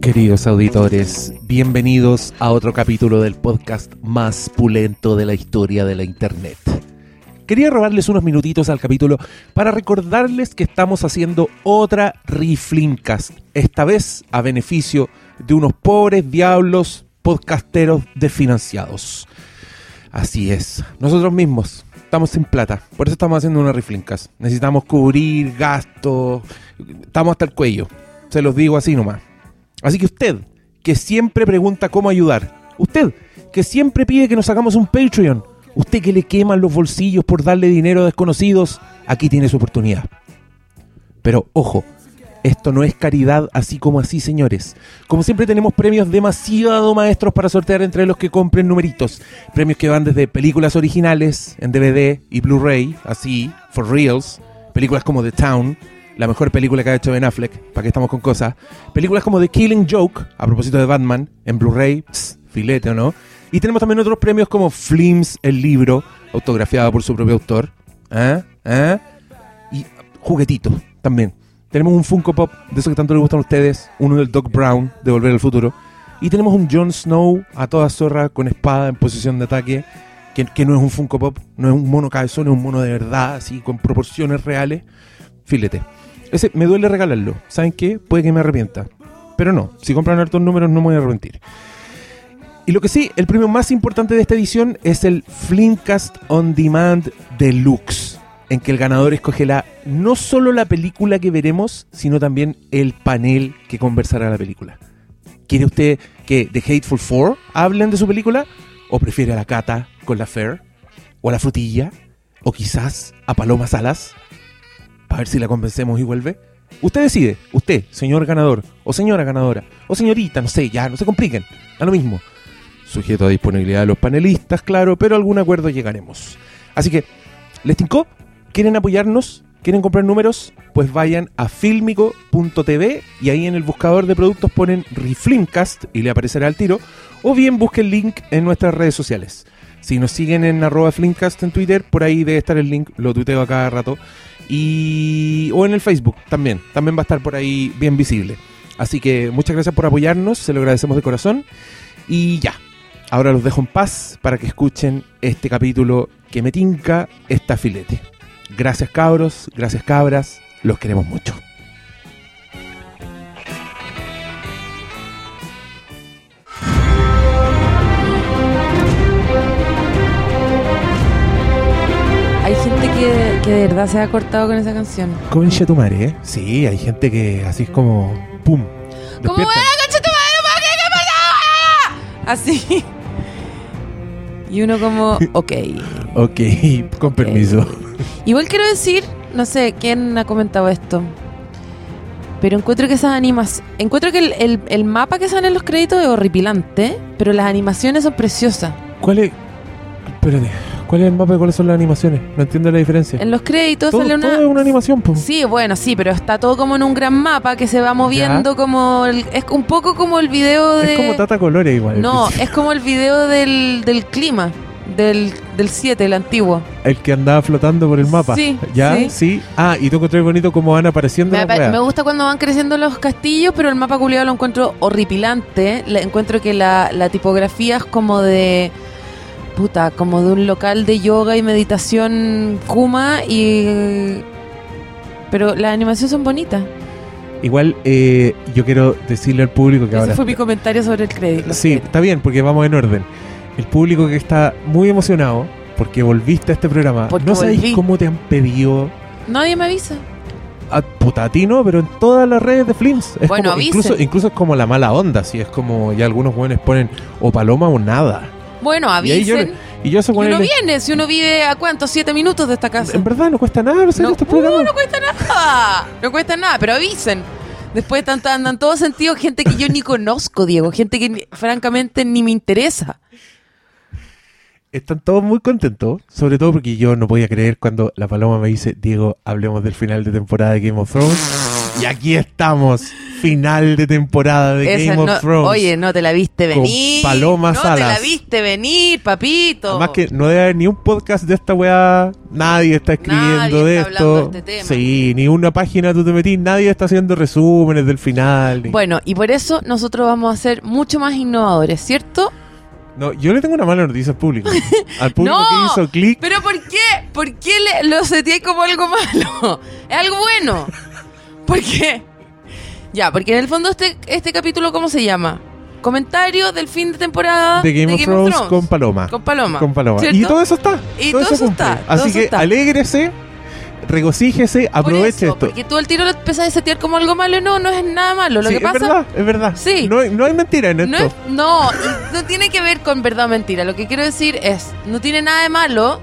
Queridos auditores, bienvenidos a otro capítulo del podcast más pulento de la historia de la Internet. Quería robarles unos minutitos al capítulo para recordarles que estamos haciendo otra Riflincast, esta vez a beneficio de unos pobres diablos podcasteros desfinanciados. Así es, nosotros mismos estamos sin plata, por eso estamos haciendo una Riflincast. Necesitamos cubrir gastos, estamos hasta el cuello, se los digo así nomás. Así que usted, que siempre pregunta cómo ayudar, usted, que siempre pide que nos hagamos un Patreon, usted que le queman los bolsillos por darle dinero a desconocidos, aquí tiene su oportunidad. Pero ojo, esto no es caridad así como así, señores. Como siempre tenemos premios demasiado maestros para sortear entre los que compren numeritos. Premios que van desde películas originales en DVD y Blu-ray, así, for reals, películas como The Town, la mejor película que ha hecho Ben Affleck, para que estamos con cosas. Películas como The Killing Joke, a propósito de Batman, en Blu-ray, pss, filete o no. Y tenemos también otros premios como Flims, el libro, autografiado por su propio autor. ¿Ah? ¿Ah? Y juguetitos también. Tenemos un Funko Pop, de esos que tanto les gustan a ustedes, uno del Doc Brown, de Volver al Futuro. Y tenemos un Jon Snow a toda zorra, con espada en posición de ataque, que, que no es un Funko Pop, no es un mono cabezón, es un mono de verdad, así, con proporciones reales. Filete. Ese me duele regalarlo. ¿Saben qué? Puede que me arrepienta. Pero no, si compran hartos números no me voy a arrepentir. Y lo que sí, el premio más importante de esta edición es el Flimcast On Demand Deluxe, en que el ganador escogerá no solo la película que veremos, sino también el panel que conversará la película. ¿Quiere usted que The Hateful Four hablen de su película? ¿O prefiere a la cata con la Fair? ¿O a la frutilla? ¿O quizás a Paloma Salas? a ver si la convencemos y vuelve. Usted decide, usted, señor ganador, o señora ganadora, o señorita, no sé, ya, no se compliquen, a lo mismo. Sujeto a disponibilidad de los panelistas, claro, pero a algún acuerdo llegaremos. Así que, ¿les tincó? ¿Quieren apoyarnos? ¿Quieren comprar números? Pues vayan a filmico.tv y ahí en el buscador de productos ponen Reflimcast y le aparecerá el tiro, o bien busquen el link en nuestras redes sociales. Si nos siguen en arroba Flimcast en Twitter, por ahí debe estar el link, lo tuteo a cada rato. Y. o en el Facebook también. También va a estar por ahí bien visible. Así que muchas gracias por apoyarnos, se lo agradecemos de corazón. Y ya. Ahora los dejo en paz para que escuchen este capítulo que me tinca esta filete. Gracias cabros, gracias cabras, los queremos mucho. Hay gente que, que de verdad se ha cortado con esa canción. Concha tu madre, ¿eh? Sí, hay gente que así es como. ¡Pum! Como despiertan. ¡Bueno, concha tu madre, ¿por qué? ¿Qué pasó? Ah". Así. Y uno como, ok. Ok, con permiso. Eh. Igual quiero decir, no sé quién ha comentado esto. Pero encuentro que esas animas. Encuentro que el, el- el mapa que sale en los créditos es horripilante, pero las animaciones son preciosas. ¿Cuál es. Espérate, ¿cuál es el mapa y cuáles son las animaciones? No entiendo la diferencia. En los créditos todo, sale una. todo es una animación, pues. Sí, bueno, sí, pero está todo como en un gran mapa que se va moviendo como... el- es un poco como el video de... Es como Tata Colores igual. no, el, es como el video del, del clima, del del 7, el antiguo. el que andaba flotando por el mapa. Sí, ¿Ya? Sí. sí. Ah, y tú encontré bonito cómo van apareciendo Me, las weas. me gusta cuando van creciendo los castillos, pero el mapa culiado lo encuentro horripilante. Le- encuentro que la, la tipografía es como de... Puta, como de un local de yoga y meditación kuma y... Pero las animaciones son bonitas. Igual eh, yo quiero decirle al público que Ese ahora... fue mi comentario sobre el crédito. Sí, está bien, porque vamos en orden. El público que está muy emocionado porque volviste a este programa. Porque no sabéis volví. cómo te han pedido... Nadie me avisa. A, puta, a ti no, pero en todas las redes de Flims. Es Bueno, como, avisen. incluso, incluso es como la mala onda, si es como ya algunos buenos ponen o paloma o nada. Bueno, Y ahí yo avisen. le- Y yo se Y uno ponen... viene, si uno vive a cuánto, siete minutos de esta casa. En este verdad no cuesta nada hacer No, estos programas. uh, no cuesta nada. No cuesta nada, pero avisen. Después tanto andan todos sentidos gente que yo ni conozco, Diego. Gente que ni- francamente ni me interesa. Están todos muy contentos, sobre todo porque yo no podía creer cuando la paloma me dice, Diego, hablemos del final de temporada de Game of Thrones. Y aquí estamos, final de temporada de Esa Game of no- Thrones. Oye, no te la viste Con venir. Paloma no te Salas. la viste venir, papito. Además que no debe haber ni un podcast de esta weá, nadie está escribiendo Nadie de está esto. hablando de este tema. Sí, ni una página tú te metís, nadie está haciendo resúmenes del final. ni- Bueno, y por eso nosotros vamos a ser mucho más innovadores, ¿cierto? No, yo le tengo una mala noticia al público. Al público No, que hizo clic. ¿Pero por qué? ¿Por qué le- lo seteé como algo malo? Es algo bueno. ¿Por qué? Ya, porque en el fondo este, este capítulo, ¿cómo se llama? Comentario del fin de temporada De Game, of Thrones, con Paloma. Con Paloma. Con Paloma. ¿Cierto? Y todo eso está. Y todo eso está, cumple. todo Así eso que está. alégrese, regocíjese, Por aproveche eso, esto. Porque tú al tiro lo empiezas a setear como algo malo. y No, no es nada malo. Lo Sí, que pasa es verdad, es verdad. Sí. No, hay- no hay mentira en esto. No, es- no, no tiene que ver con verdad o mentira. Lo que quiero decir es, no tiene nada de malo,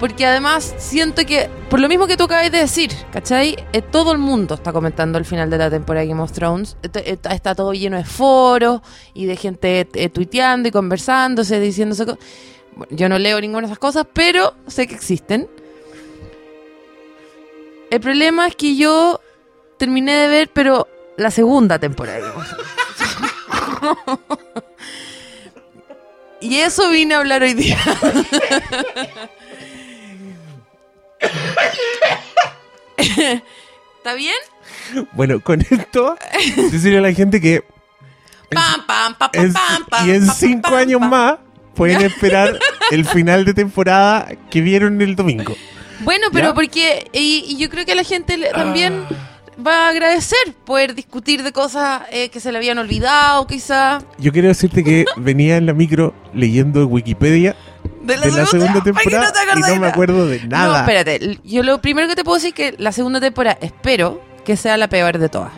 porque además siento que, por lo mismo que tú acabas de decir, ¿cachai? Eh, todo el mundo está comentando el final de la temporada de Game of Thrones. Esto- esto- Está todo lleno de foros y de gente eh, tuiteando y conversándose, diciéndose cosas. Yo no leo ninguna de esas cosas, pero sé que existen. El problema es que yo terminé de ver, pero la segunda temporada. de Game of Thrones. y eso vine a hablar hoy día. ¿Está bien? Bueno, con esto, decirle a la gente que Pam, pam, pam, pam, en- pam, pam, y en pam, cinco pam, años pam. más pueden esperar el final de temporada que vieron el domingo. Bueno, pero ¿Ya? Ah. porque. Y, y yo creo que la gente le- también va a agradecer poder discutir de cosas eh, que se le habían olvidado, quizá. Yo quiero decirte que venía en la micro leyendo Wikipedia De la, de la segunda ¿para qué temporada no te y acordás de no me nada? acuerdo de No, nada. espérate. L- Yo lo primero que te puedo decir es que la segunda temporada espero que sea la peor de todas.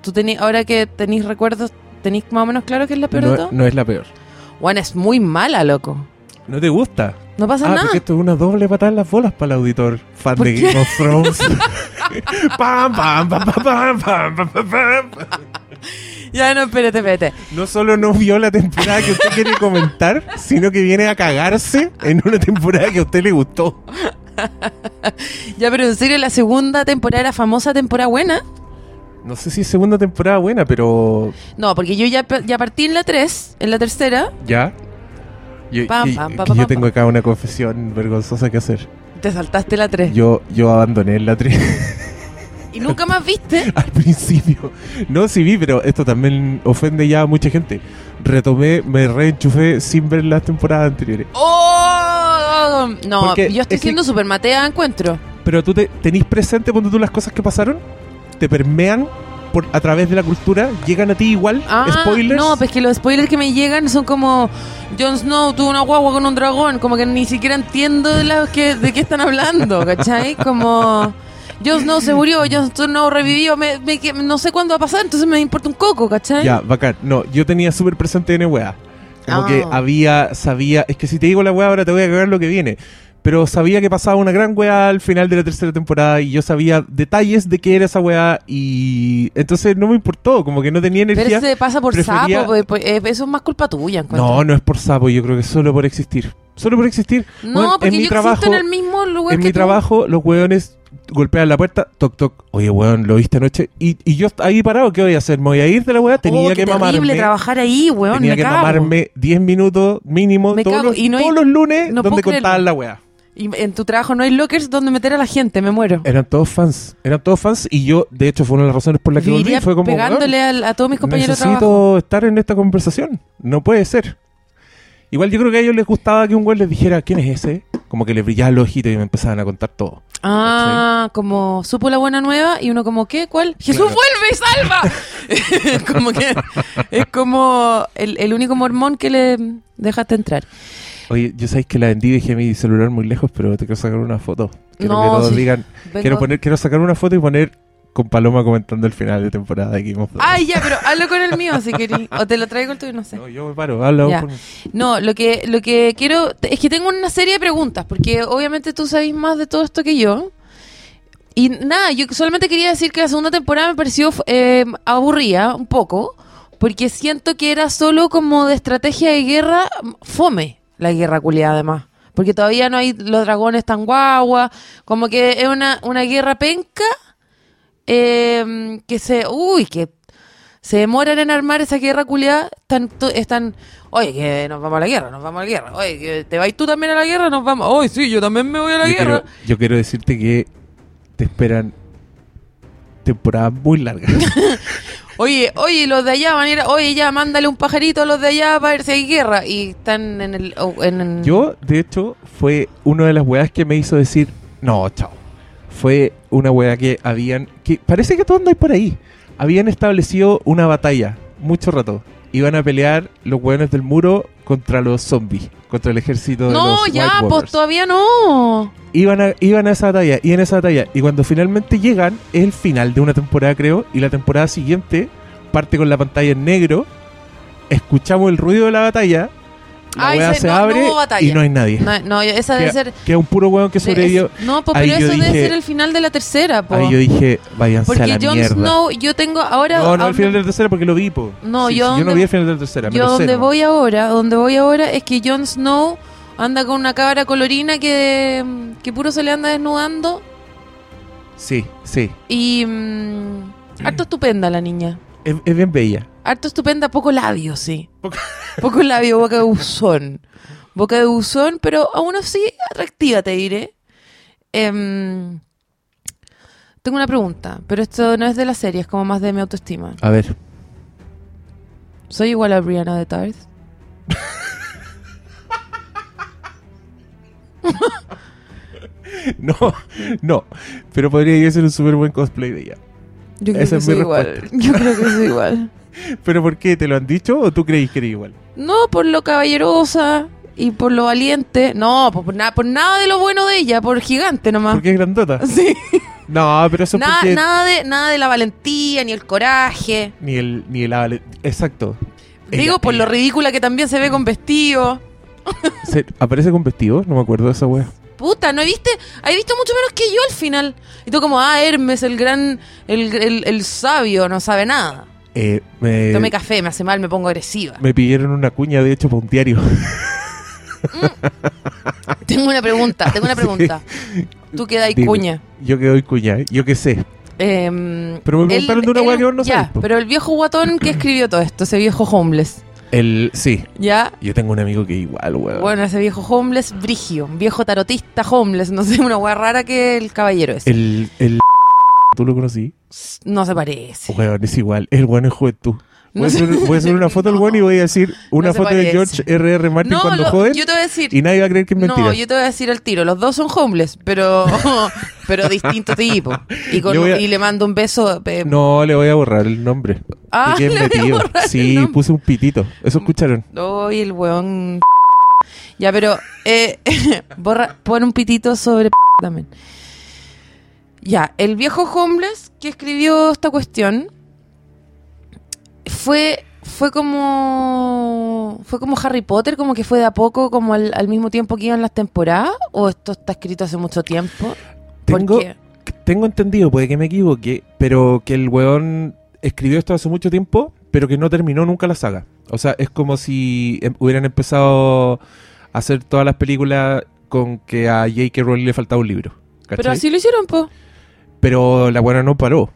Tú tenés, ahora que tenéis recuerdos, tenéis más o menos claro que es la peor de no, todas. no es la peor. Juan es muy mala, loco. ¿No te gusta? No pasa Ah, nada. porque esto es una doble patada en las bolas para el auditor fan ¿Por de qué? Game of Thrones. pam, pam, pam, pam, pam, pam, pam, pam, pam. Ya no, espérate, espérate. No solo no vio la temporada que usted quiere comentar, sino que viene a cagarse en una temporada que a usted le gustó. Ya, pero en serio, la segunda temporada, la famosa temporada buena. No sé si es segunda temporada buena, pero No, porque yo ya, pe- ya partí en la 3, en la tercera. ya. Yo, Pam, y- pam, pam, que pam, yo pam, tengo pam. acá una confesión vergonzosa que hacer. Te saltaste la 3. Yo, yo abandoné la tri Y nunca más viste. al principio. No, sí vi, pero esto también ofende ya a mucha gente. Retomé, me reenchufé sin ver las temporadas anteriores. ¡Oh! No, Porque yo estoy es que- siendo super matea encuentro. Pero tú te, tenés presente cuando tú las cosas que pasaron, te permean por, a través de la cultura, llegan a ti igual, Ah, spoilers. No, pues que los spoilers que me llegan son como Jon Snow tuvo una guagua con un dragón, como que ni siquiera entiendo de, la- que- de qué están hablando, ¿cachai? Como Jon Snow se murió, Jon Snow revivió, me, me- que- no sé cuándo va a pasar, entonces me importa un coco, ¿cachai? Ya, bacán. No, yo tenía súper presente en weá. Como Ah. que había, sabía, es que si te digo la weá ahora te voy a cagar lo que viene. Pero sabía que pasaba una gran weá al final de la tercera temporada y yo sabía detalles de qué era esa weá y entonces no me importó, como que no tenía Pero energía. eso se pasa por prefería- sapo, pues, pues, eh, eso es más culpa tuya, encuentro. No, no es por sapo, yo creo que solo por existir. Solo por existir. No, Bueno, porque yo existo en el mismo lugar en que mi tú. trabajo, los weones golpean la puerta, toc toc, oye weón, lo viste anoche, y, y yo ahí parado, ¿qué voy a hacer? ¿Me voy a ir de la weá? Tenía Oh, que qué terrible mamarme. trabajar ahí, weón, tenía me que cago. mamarme 10 minutos mínimo Me todos, cago, los, y no hay- todos los lunes no donde puedo creerlo. contaban la weá. Y en tu trabajo no hay lockers donde meter a la gente, me muero. Eran todos fans, eran todos fans, y yo, de hecho, fue una de las razones por la que volví. Viviría Fue como, weón, pegándole al- a, todos mis compañeros de necesito trabajo. estar en esta conversación, no puede ser. Igual yo creo que a ellos les gustaba que un weón les dijera, ¿quién es ese? Como que les brillaba el ojito y me empezaban a contar todo. Ah, como supo la buena nueva y uno como, ¿qué? ¿Cuál? Jesús Claro. vuelve y salva. Es como que es como el, el único mormón que le dejaste entrar. Oye, yo sabéis que la vendí, dejé mi celular muy lejos, pero te quiero sacar una foto. Quiero No, que todos sí. digan, Vengo- quiero poner, quiero sacar una foto y poner con Paloma comentando el final de temporada de Game of Thrones. Ay, ya, pero hazlo con el mío si querís. O te lo traigo el tuyo, no sé. No, yo me paro, habla vos Ya. con- No, lo que, lo que quiero es que tengo una serie de preguntas, porque obviamente tú sabes más de todo esto que yo. Y nada, yo solamente quería decir que la segunda temporada me pareció eh, aburrida un poco, porque siento que era solo como de estrategia de guerra, mm, fome la guerra culiada además. Porque todavía no hay los dragones tan guagua, como que es una, una guerra penca eh, que se. Uy, que se demoran en armar esa guerra culiada. Están, to- están. Oye, que nos vamos a la guerra, nos vamos a la guerra. Oye, que te vas tú también a la guerra, nos vamos. Oye, sí, yo también me voy a la yo, guerra. quiero, yo quiero decirte que te esperan temporadas muy largas. Oye, oye, los de allá van a ir. Oye, ya, mándale un pajarito a los de allá para ver si hay guerra. Y están en el. oh, en, en- Yo, de hecho, fue una de las weas que me hizo decir, no, chao. Fue una wea que habían, que parece que todo anda por ahí. Habían establecido una batalla, mucho rato. Iban a pelear los weones del muro contra los zombies, contra el ejército de No, los ya, White pues Walkers. todavía no. Iban a, iban a esa batalla, iban a esa batalla. Y cuando finalmente llegan, es el final de una temporada, creo. Y la temporada siguiente parte con la pantalla en negro. Escuchamos el ruido de la batalla. La Ah, wea ese- se no- no abre hubo batalla. y no hay nadie. No, no, esa debe Que- ser. Que es un puro weón que sobrevivió. de- es- no, pues, Ahí pero yo eso debe dije- ser el final de la tercera, po. Ahí yo dije, váyanse a Porque la Jon mierda. Snow, yo tengo ahora. no, no, a- el final de la tercera porque lo vi, po. No, Sí, yo sí, donde- no vi el final de la tercera. me Yo lo sé, donde ¿no? voy ahora, donde voy ahora es que Jon Snow anda con una cabra colorina que, que puro se le anda desnudando Sí, sí. y mm, harto estupenda la niña. Es, es bien bella. Harto estupenda, poco labio, sí. Poco- Poco labio, boca de buzón. Boca de buzón, pero aún así atractiva, te diré. Em, tengo una pregunta, pero esto no es de la serie, es como más de mi autoestima. A ver. ¿Soy igual a Brianna de Tarth? No, no. Pero podría yo ser un súper buen cosplay de ella. Yo creo Esa que es mi soy igual. Yo creo que soy igual. ¿Pero por qué? ¿Te lo han dicho o tú creís que era igual? No, por lo caballerosa y por lo valiente. No, por, por nada, por nada de lo bueno de ella, por gigante nomás. Porque es grandota. Sí. No, pero eso es Nada, porque... nada, de, nada de la valentía ni el coraje. Ni el... Ni el avale- Exacto. Ella- Digo, por ella- lo ridícula que también se ve con vestido. se- ¿Aparece con vestido? No me acuerdo de esa wea. Puta, ¿no viste? Has visto mucho menos que yo al final. Y tú como, ah, Hermes, el gran, el, el- el sabio, no sabe nada. Eh, me, Tomé café, me hace mal, me pongo agresiva. me pidieron una cuña, de hecho, para un diario. Tengo una pregunta, tengo una pregunta. Tú quedas Dime. cuña. Yo que doy cuña, yo que sé. Em, Pero me el- preguntaron de una el- weá que vos no ya, sabés, po. pero el viejo guatón que escribió todo esto, ese viejo homeless, El, sí, ¿ya? yo tengo un amigo que igual, weón. Bueno, ese viejo homeless, brigio, un viejo tarotista homeless, no sé, una weá rara que el caballero es. El, el, tú lo conocí, No se parece. weón, es igual, el weón es juventud. Voy, No a sé. subir, voy a subir una foto al weón y voy a decir una No se foto de George parece. R.R. Martin No, cuando lo- joven yo te voy a decir, y nadie va a creer que es mentira. no, yo te voy a decir al tiro, los dos son homeless, pero pero distinto tipo. Y, con- Le voy a- y le mando un beso. eh, No, le voy a borrar el nombre. Ah, Que quede le voy a metido. borrar el Sí, nombre. puse un pitito. Eso escucharon. Ay, el weón. Ya, pero eh, borra, pon un pitito sobre también. Ya, el viejo homeless que escribió esta cuestión fue fue como fue como Harry Potter, como que fue de a poco, como al, al mismo tiempo que iban las temporadas, o esto está escrito hace mucho tiempo. ¿Por Tengo, qué? tengo entendido, puede que me equivoque, pero que el weón escribió esto hace mucho tiempo, pero que no terminó nunca la saga. O sea, es como si em- hubieran empezado a hacer todas las películas con que a J.K. Rowling le faltaba un libro. ¿cachai? Pero así lo hicieron, po. Pero la weona no paró.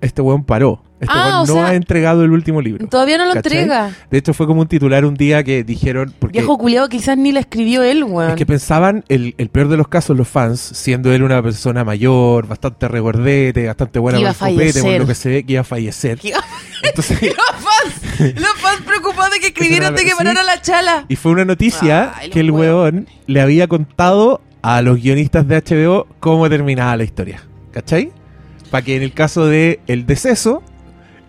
Este weón paró. Este Ah, weón no o sea- ha entregado el último libro. Todavía no lo ¿Cachai? entrega. De hecho, fue como un titular un día que dijeron... Porque Viejo culiado quizás ni la escribió él, weón. Es que pensaban, el, el peor de los casos, los fans, siendo él una persona mayor, bastante regordete, bastante buena Que iba para a el copete, por fallecer. lo que se ve, que iba a fallecer. Que iba- Entonces, Los fans, los fans preocupados de que escribieron de que Sí. parara la chala. y fue una noticia Ay, los que el weón le había contado a los guionistas de HBO cómo terminaba la historia. ¿Cachai? Para que en el caso de el deceso,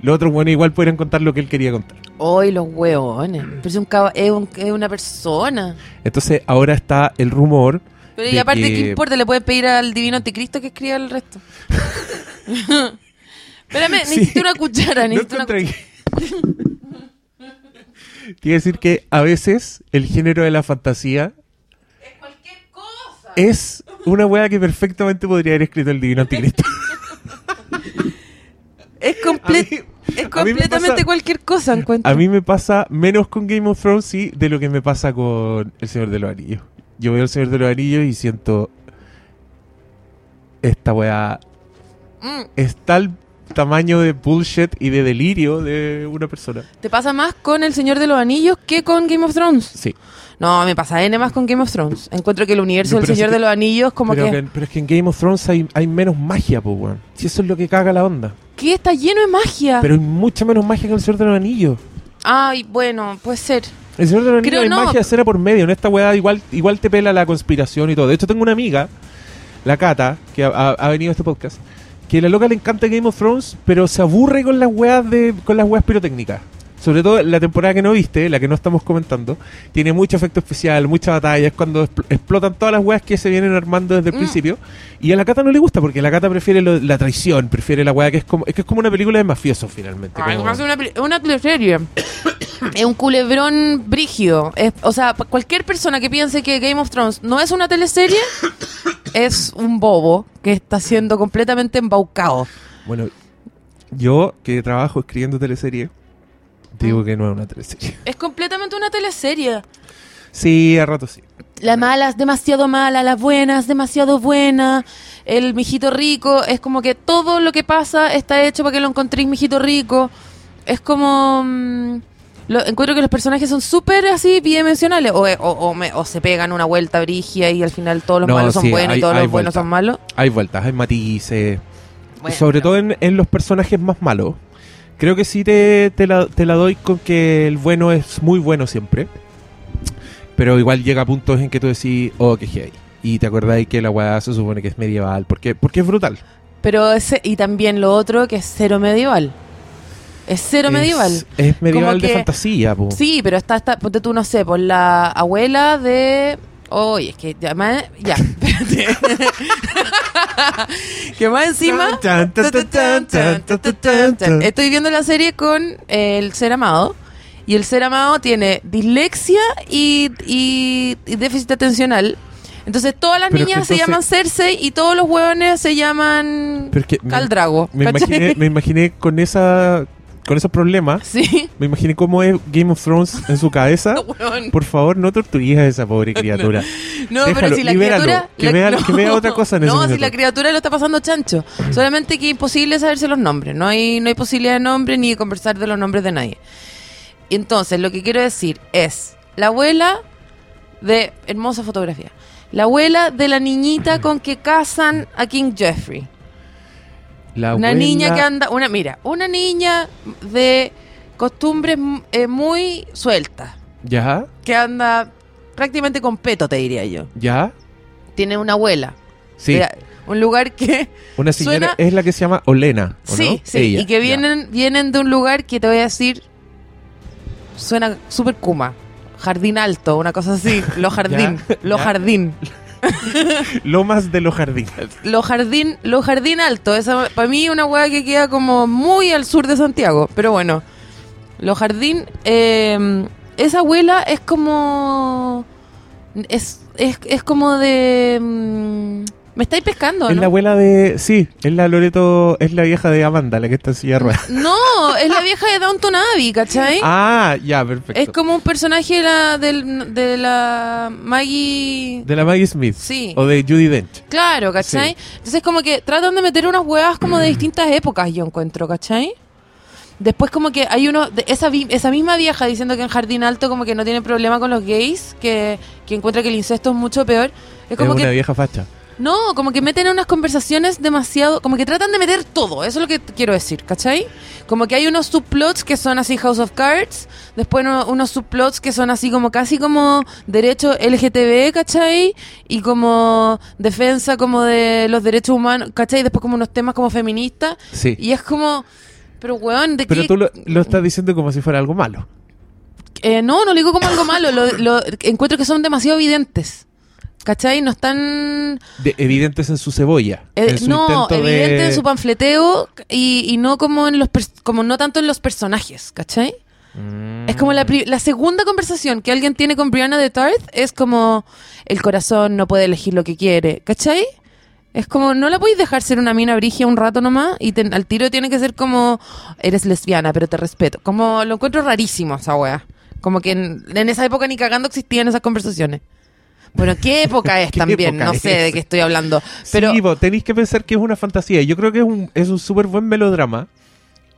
los otros bueno igual pudieran contar lo que él quería contar. Hoy los hueones. Pero es, un caba- es, un- es una persona. Entonces, ahora está el rumor. Pero y De aparte, que- ¿qué importa? Le puedes pedir al divino anticristo que escriba el resto. Espérame, Sí. necesito una cuchara. No Necesito una encontré- Quiere decir que a veces el género de la fantasía cuchara. Cualquier cosa. es una weá que perfectamente podría haber escrito el divino anticristo. Es, A comple- mí- a mí es me completamente pasa- cualquier cosa, encuentro. A mí me pasa menos con Game of Thrones sí, de lo que me pasa con El Señor de los Anillos. Yo veo El Señor de los Anillos y siento esta weá Mm. es tal tamaño de bullshit y de delirio de una persona. ¿Te pasa más con El Señor de los Anillos que con Game of Thrones? Sí. No, me pasa N más con Game of Thrones. Encuentro que el universo No, del pero Señor sí de que- los Anillos como pero, que... que- pero es que en Game of Thrones hay, hay menos magia, pues, weón. Si eso es lo que caga la onda. ¿Qué? Está lleno de magia. Pero hay mucha menos magia que en El Señor de los Anillos. Ay, bueno, puede ser. El Señor de los Anillos Creo hay no. magia cera por medio. En esta weá igual, igual te pela la conspiración y todo. De hecho, tengo una amiga, la Cata, que ha, ha- ha venido a este podcast, que a la loca le encanta Game of Thrones, pero se aburre con las weas de, con las weas pirotécnicas. Sobre todo la temporada que no viste, la que no estamos comentando, tiene mucho efecto especial, mucha batalla, es cuando expl- explotan todas las weas que se vienen armando desde el Mm. principio. Y a la Cata no le gusta, porque la Cata prefiere lo- la traición, prefiere la wea que es como, es que es como una película de mafiosos finalmente. Ay, como- es una, peli- una teleserie. es un culebrón brígido. Es- o sea, pa- cualquier persona que piense que Game of Thrones no es una teleserie es un bobo que está siendo completamente embaucado. Bueno, yo que trabajo escribiendo teleserie, Ah. digo que no es una teleserie. Es completamente una teleserie. Sí, a rato sí. La mala es demasiado mala, la buena es demasiado buena, el mijito rico, es como que todo lo que pasa está hecho para que lo encontréis mijito rico. Es como... mm, lo- encuentro que los personajes son súper así bidimensionales, o, eh, o- o me- o se pegan una vuelta brigia y al final todos los No, malos son sí, buenos hay- y todos hay los buenos vuelta. son malos. Hay vueltas, hay matices. Bueno, sobre todo en, en los personajes más malos. Creo que sí te, te la, te la doy con que el bueno es muy bueno siempre. Pero igual llega a puntos en que tú decís, oh, que hay. Y te acordáis que la weá se supone que es medieval. Porque, porque es brutal. Pero ese, y también lo otro que es cero medieval. Es cero es, medieval. Es medieval Como de que- fantasía, po. Sí, pero está, está, ponte tú, no sé, por la abuela de. Oye, es que ya, más- ya, espérate. que más encima. Tan, tan, tan, tan, tan, tan, tan, tan. Estoy viendo la serie con el ser amado. Y el ser amado tiene dislexia y, y- y déficit atencional. Entonces todas las Pero es que niñas se entonces- llaman Cersei y todos los hueones se llaman Pero es que me- Caldrago. Me ¿cachai? imaginé, me imaginé con esa con esos problemas, Sí, me imaginé cómo es Game of Thrones en su cabeza. hueón. Por favor, no torturíes a esa pobre criatura. No, Déjalo, pero si la libéralo, criatura. que la- vea- que vea otra cosa en ese No, si minuto. la criatura lo está pasando chancho. Solamente que es imposible saberse los nombres. No hay, no hay posibilidad de nombre ni de conversar de los nombres de nadie. Entonces, lo que quiero decir es: la abuela de. Hermosa fotografía. La abuela de la niñita con que casan a King Jeffrey. La Una abuela- niña que anda. una Mira, una niña de costumbres eh, muy sueltas. Ya, Que anda prácticamente con peto, te diría yo. ya. Tiene una abuela. Sí, Era un lugar que. una señora suena- es la que se llama Olena. ¿o Sí, no? sí. Ella, y que ya. vienen, vienen de un lugar que te voy a decir. Suena súper Kuma. Jardín alto, una cosa así. Lo jardín. Ya, lo ya. jardín. Lomas de los jardines. Lo jardín. Lo jardín alto. Esa para mí una hueá que queda como muy al sur de Santiago. Pero bueno. Lo jardín. eh, esa abuela es como. Es, es, es como de. mm, me estáis pescando, es ¿no? la abuela de. Sí, es la Loreto. Es la vieja de Amanda, la que está en silla de ruedas. No, es la vieja de Downton Abbey, ¿cachai? Ah, ya, perfecto. Es como un personaje de la, del- de la Maggie... De la Maggie Smith. Sí. O de Judy Dench. Claro, ¿cachai? Sí. Entonces como que tratan de meter unas huevas como de distintas épocas, yo encuentro, ¿cachai? Después como que hay uno, de esa, vi- esa misma vieja diciendo que en Jardín Alto como que no tiene problema con los gays, que, que encuentra que el incesto es mucho peor. Es Es, como una que... vieja facha. No, como que meten unas conversaciones demasiado, como que tratan de meter todo, eso es lo que t- quiero decir, ¿cachai? Como que hay unos subplots que son así House of Cards, después uno- unos subplots que son así como casi como derecho LGTB, ¿cachai? Y como defensa como de los derechos humanos, ¿cachai? Después como unos temas como feministas, Sí. y es como, pero weón, ¿de Pero qué? tú lo, lo estás diciendo como si fuera algo malo. Eh, no, no lo digo como algo malo, lo, lo- encuentro que son demasiado evidentes, ¿cachai? No están... De- evidentes en su cebolla. Eh, en su no, intento de- evidente en su panfleteo y, y no como en los pers- como no tanto en los personajes, ¿cachai? Mm. Es como la, pri- la segunda conversación que alguien tiene con Brianna de Tarth es como el corazón no puede elegir lo que quiere, ¿cachai? Es como, no la podéis dejar ser una mina brigia un rato nomás y ten- al tiro tiene que ser como, eres lesbiana, pero te respeto. Como lo encuentro rarísimo esa wea. Como que en, en esa época ni cagando existían esas conversaciones. Bueno, ¿qué época es ¿Qué también? época no es? sé de qué estoy hablando. Pero Sí, vos tenéis que pensar que es una fantasía. Yo creo que es un, es un súper buen melodrama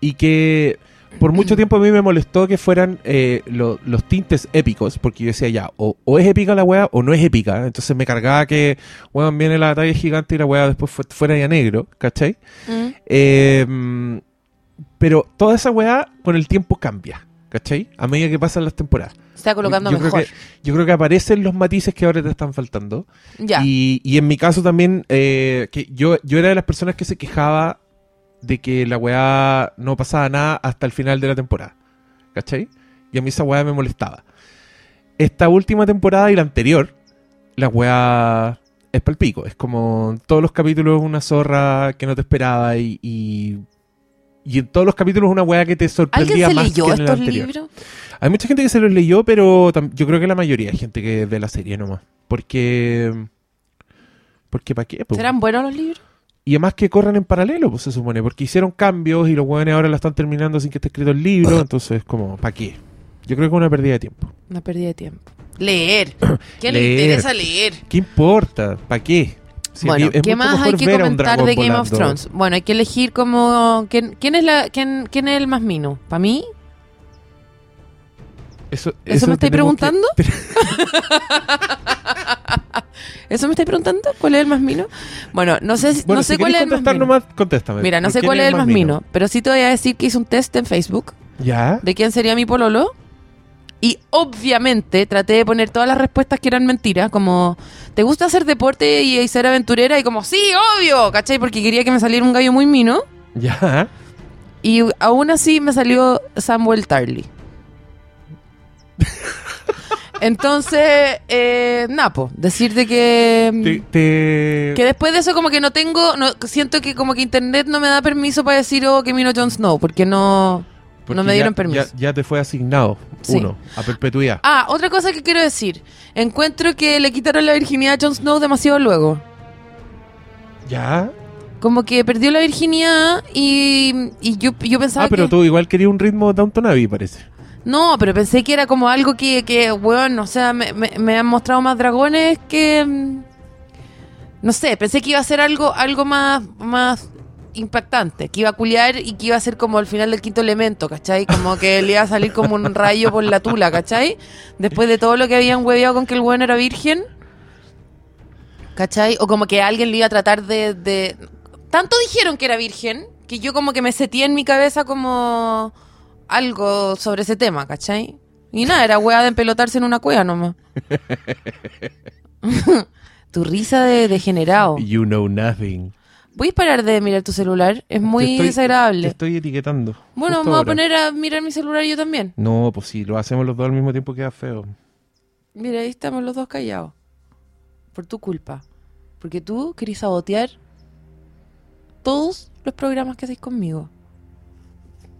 y que por mucho tiempo a mí me molestó que fueran eh, lo- los tintes épicos, porque yo decía ya, o, o es épica la weá o no es épica. Entonces me cargaba que, weón, viene la batalla gigante y la weá después fue- fuera ya negro, ¿cachai? Mm, Eh, pero toda esa weá con el tiempo cambia, ¿cachai? A medida que pasan las temporadas. se está colocando yo, mejor. Creo que, yo creo que aparecen los matices que ahora te están faltando. Ya. Y, y en mi caso también, eh, que yo, yo era de las personas que se quejaba de que la weá no pasaba nada hasta el final de la temporada. ¿Cachai? Y a mí esa weá me molestaba. Esta última temporada y la anterior, la weá es palpico. Es como todos los capítulos una zorra que no te esperaba y... y y en todos los capítulos una weá que te sorprendía ¿Alguien se más que leyó en el estos anterior. libros? Hay mucha gente que se los leyó, pero tam- yo creo que la mayoría es gente que de la serie nomás. Porque. Porque para qué, po? ¿Serán buenos los libros? Y además que corren en paralelo, pues se supone, porque hicieron cambios y los hueones ahora la están terminando sin que esté escrito el libro, entonces como, ¿para qué? Yo creo que es una pérdida de tiempo. Una pérdida de tiempo. Leer. ¿Qué le Leer. interesa leer? ¿Qué importa? ¿Para qué? Si bueno, es ¿qué mucho más hay mejor que ver a un comentar dragón de Game of volando. Thrones? Bueno, hay que elegir como... ¿Quién, quién es, la, quién, quién es el más mino? ¿Para mí? ¿Eso, ¿Eso me estáis tenemos que- preguntando? ¿Eso me estáis preguntando? ¿Cuál es el más mino? Bueno, no sé, si- Bueno, no sé si cuál quieres es el más contestar mino. nomás, contéstame. Mira, no ¿Por sé quién cuál es el más mino, pero sí te voy a decir que hice un test en Facebook ¿Ya? de quién sería mi pololo. Y obviamente traté de poner todas las respuestas que eran mentiras, como ¿te gusta hacer deporte y, y ser aventurera? Y como, sí, obvio, ¿cachai? Porque quería que me saliera un gallo muy mino. ¿Ya? Y aún así me salió Samuel Tarly. Entonces, eh, Napo, Te, decirte que, te- que después de eso como que no tengo, no, siento que como que internet no me da permiso para decir, oh, que mino Jon Snow, porque no... porque no me ya- dieron permiso. Ya, ya te fue asignado Sí. uno, a perpetuidad. Ah, otra cosa que quiero decir. Encuentro que le quitaron la virginidad a Jon Snow demasiado luego. ¿Ya? Como que perdió la virginidad y, y yo, yo pensaba Ah, pero que... tú igual querías un ritmo Downton Abbey, parece. No, pero pensé que era como algo que, que weón, o sea, me, me- me han mostrado más dragones que... mm, No sé, pensé que iba a ser algo, algo más, más impactante, que iba a culiar y que iba a ser como el final del quinto elemento, ¿cachai? Como que le iba a salir como un rayo por la tula, ¿cachai? Después de todo lo que habían hueveado con que el weón era virgen, ¿cachai? O como que alguien le iba a tratar de... de- Tanto dijeron que era virgen, que yo como que me seteé en mi cabeza como algo sobre ese tema, ¿cachai? Y nada, era weá de empelotarse en una cueva nomás. tu risa de degenerado. You know nothing. Voy a parar de mirar tu celular, es muy Te estoy- desagradable. Te estoy etiquetando. bueno, Justo me voy a ahora. poner a mirar mi celular yo también. No, pues si lo hacemos los dos al mismo tiempo queda feo. Mira, ahí estamos los dos callados. Por tu culpa. Porque tú querés sabotear todos los programas que hacéis conmigo.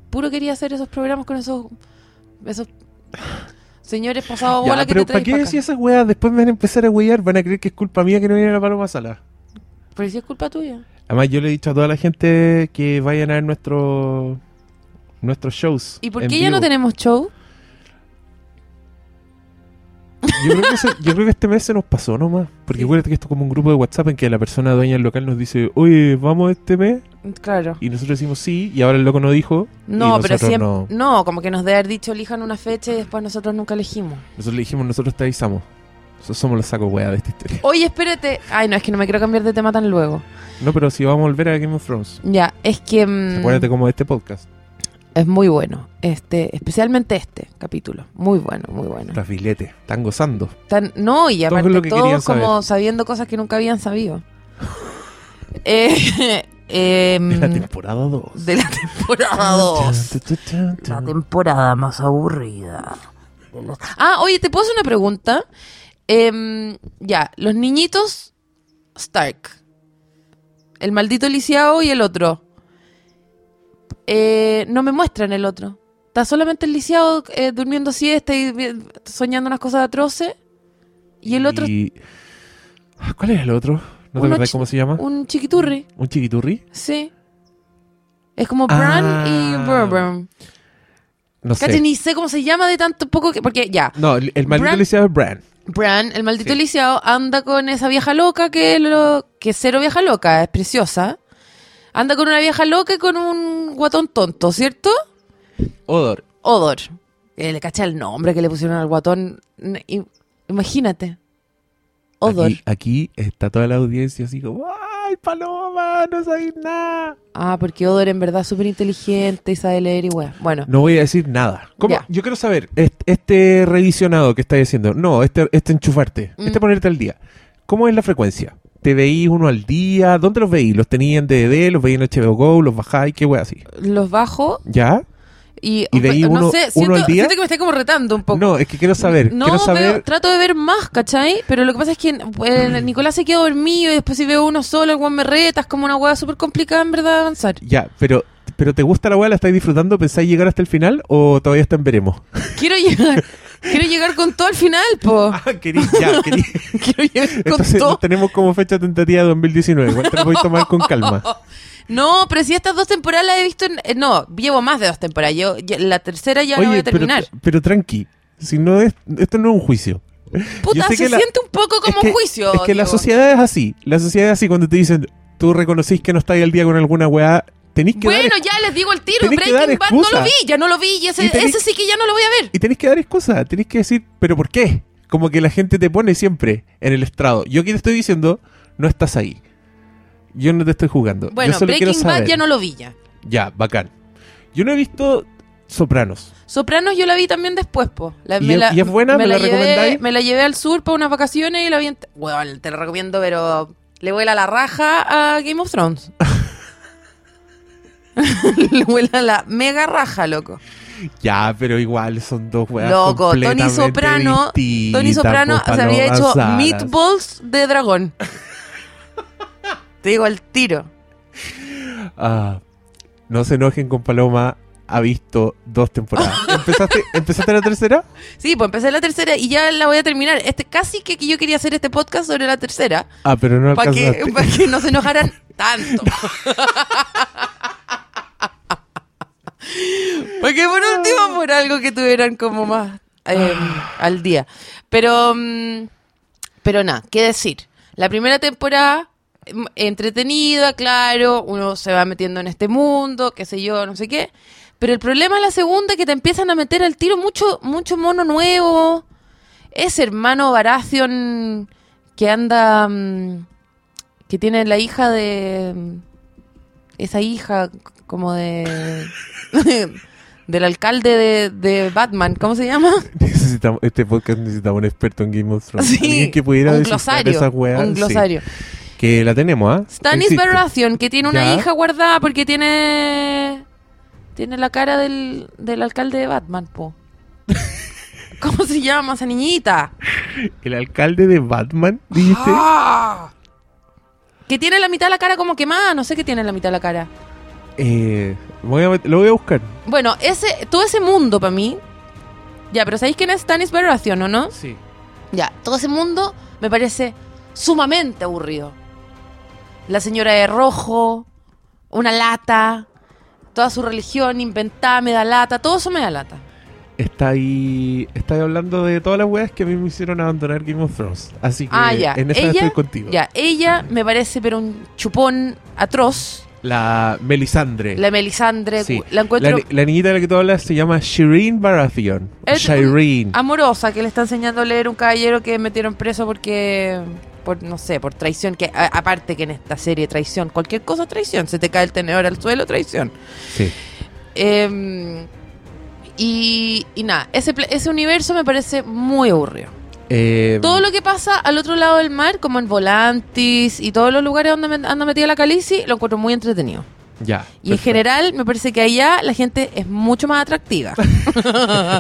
Puro quería hacer esos programas con esos... esos señores pasados bola Ya, Oh, que pero te ¿para traéis qué pa' acá. decir esas weas? Después me van a empezar a huear, van a creer que es culpa mía que no viene la paloma sala. Pero si es culpa tuya. Además, yo le he dicho a toda la gente que vayan a ver nuestro, nuestros shows. ¿Y por en qué ya no vivo. tenemos show? Yo creo, que se- yo creo que este mes se nos pasó nomás. Porque Sí. acuérdate que esto es como un grupo de WhatsApp en que la persona dueña del local nos dice, oye, vamos este mes. Claro. Y nosotros decimos sí, y ahora el loco no dijo. No, y pero nosotros siempre. No. no. como que nos de haber dicho elijan una fecha y después nosotros nunca elegimos. Nosotros le dijimos, nosotros te avisamos. Nosotros somos los saco wea de esta historia. Oye, espérate. Ay, no, es que no me quiero cambiar de tema tan luego. No, pero si vamos a volver a Game of Thrones. Ya, es que. mm, Acuérdate como de este podcast. es muy bueno. Este, especialmente este capítulo. Muy bueno, muy bueno. Las filetes, están gozando. Tan- no, y Todo aparte lo todo, que querían como sabiendo cosas que nunca habían sabido. Eh, em, De la temporada 2. de la temporada 2. La temporada más aburrida. de las- Ah, oye, te puedo hacer una pregunta. Em, ya, los niñitos Stark. El maldito lisiado y el otro. Eh, no me muestran el otro. Está solamente el lisiado eh, durmiendo siesta y vi- soñando unas cosas atroces. Y el otro, Y- Ah, ¿Cuál es el otro? ¿No Uno te acordás chi- cómo se llama? un chiquiturri. ¿Un chiquiturri? Sí. Es como Bran y Ah. Burbum. No Cacha, sé. ni sé cómo se llama de tanto poco que. Porque ya, No, el el maldito Bran- Elizabeth Brand. Bran, el maldito Sí. lisiado, anda con esa vieja loca que lo, que cero vieja loca, es preciosa. Anda con una vieja loca y con un guatón tonto, ¿cierto? Odor. Odor. Eh, le cacha el nombre que le pusieron al guatón. N- i- Imagínate. Odor. Aquí, aquí está toda la audiencia así como, ¡ay, Paloma! No sabéis nada. Ah, porque Odor en verdad es súper inteligente y sabe leer y weá. Bueno, No voy a decir nada. ¿Cómo? Ya. Yo quiero saber, est- este revisionado que estáis haciendo, no, este, este enchufarte, Mm. este ponerte al día. ¿Cómo es la frecuencia? ¿Te veís uno al día? ¿Dónde los veís? ¿Los tenías en DD? ¿Los veís en HBO Go? ¿Los bajáis? ¿Qué wea así? los bajo ¿Ya? y, ¿Y de ahí no uno- sé, uno siento, al día? siento que me está como retando un poco. No, es que quiero saber. No, quiero veo- saber. Mm. trato de ver más, ¿cachai? Pero lo que pasa es que eh, Nicolás se queda dormido y después si veo uno solo, el weón me reta, es como una hueá súper complicada en verdad avanzar. Ya, pero, pero ¿te gusta la wea? ¿La estáis disfrutando? ¿Pensáis llegar hasta el final o todavía está en veremos? Quiero llegar, quiero llegar con todo al final, po. Ah, querís, ya, querís. Quiero llegar con Entonces todo. tenemos como fecha tentativa 2019. Igual te la voy a tomar con calma. No, pero si estas dos temporadas las he visto en- eh, no, llevo más de dos temporadas. Yo, ya- la tercera ya no voy a pero, terminar. pero tranqui, si no es, esto no es un juicio. Puta, sé se que la- siente un poco como es que, un juicio. Es que la digo. sociedad es así. La sociedad es así cuando te dicen, tú reconocís que no estáis al día con alguna weá, tenéis que dar Bueno, ex- ya les digo el tiro, tenés que dar Breaking Bad no lo excusa. vi, ya no lo vi, y ese, Y tenés- ese sí que ya no lo voy a ver. y tenéis que dar excusas, tenéis que decir, pero ¿por qué? Como que la gente te pone siempre en el estrado. Yo aquí te estoy diciendo, no estás ahí. Yo no te estoy jugando. Bueno, Yo solo quiero Breaking Bad saber. ya no lo vi ya. Ya, bacán. Yo no he visto Sopranos. Sopranos yo la vi también después, po. La- ¿Y es- y es buena? ¿Me la recomendáis? llevé, me la llevé al sur para unas vacaciones y la vi... en- Bueno, te la recomiendo, pero le vuela la raja a Game of Thrones. le vuela la mega raja, loco. Ya, pero igual son dos weas. Loco, Tony completamente Soprano, distintas, Tony Soprano pues, se habría Paloma hecho Salas. meatballs de dragón. te digo al tiro. Ah, no se enojen con Paloma. Ha visto dos temporadas. ¿Empezaste, ¿Empezaste la tercera? Sí, pues empecé la tercera y ya la voy a terminar. Este, casi que que yo quería hacer este podcast sobre la tercera. Ah, pero no Para alcanzaste. que, pa' que no se enojaran tanto. Porque por último, por algo que tuvieran como más eh, al día. Pero, mm, pero nada, ¿qué decir? La primera temporada, em, entretenida, claro, uno se va metiendo en este mundo, qué sé yo, no sé qué. Pero el problema es la segunda, que te empiezan a meter al tiro mucho, mucho mono nuevo. Ese hermano Baratheon que anda... mm, que tiene la hija de esa hija como de del alcalde de, de Batman, ¿cómo se llama? Necesitamos, este podcast necesitaba un experto en Game of Thrones. Sí, Alguien que pudiera un descifrar glosario, esas weas, un sí. glosario. que la tenemos, ¿ah? Stannis Existe. Baratheon que tiene una Ya. hija guardada porque tiene tiene la cara del, del alcalde de Batman, po. ¿Cómo se llama esa niñita? El alcalde de Batman, dijiste. ¡Ah! Que tiene la mitad de la cara como quemada, no sé qué tiene en la mitad de la cara. Eh, voy a met- lo voy a buscar. Bueno, ese, todo ese mundo para mí. Ya, pero ¿sabéis quién es Stannis Baratheon o no? Sí. Ya, todo ese mundo me parece sumamente aburrido. La señora de rojo, una lata, toda su religión inventada me da lata, todo eso me da lata. Está ahí, está ahí hablando de todas las weas que a mí me hicieron abandonar Game of Thrones. Así que Ah, ya. en esa Ella- estoy contigo. Ya, ella me parece pero un chupón atroz. La Melisandre. La Melisandre, Sí. la La, encuentro ni- la niñita de la que tú hablas se llama Shireen Baratheon. Es- Shireen. amorosa que le está enseñando a leer un caballero que metieron preso porque por no sé, por traición, que a- aparte que en esta serie traición, cualquier cosa es traición, se te cae el tenedor al suelo, traición. Sí. Em, y, y nada, ese, pla- ese universo me parece muy aburrido. Eh, Todo lo que pasa al otro lado del mar, como en Volantis y todos los lugares donde me- anda metida la calici, lo encuentro muy entretenido. Ya. Y en perfecto. general me parece que allá la gente es mucho más atractiva.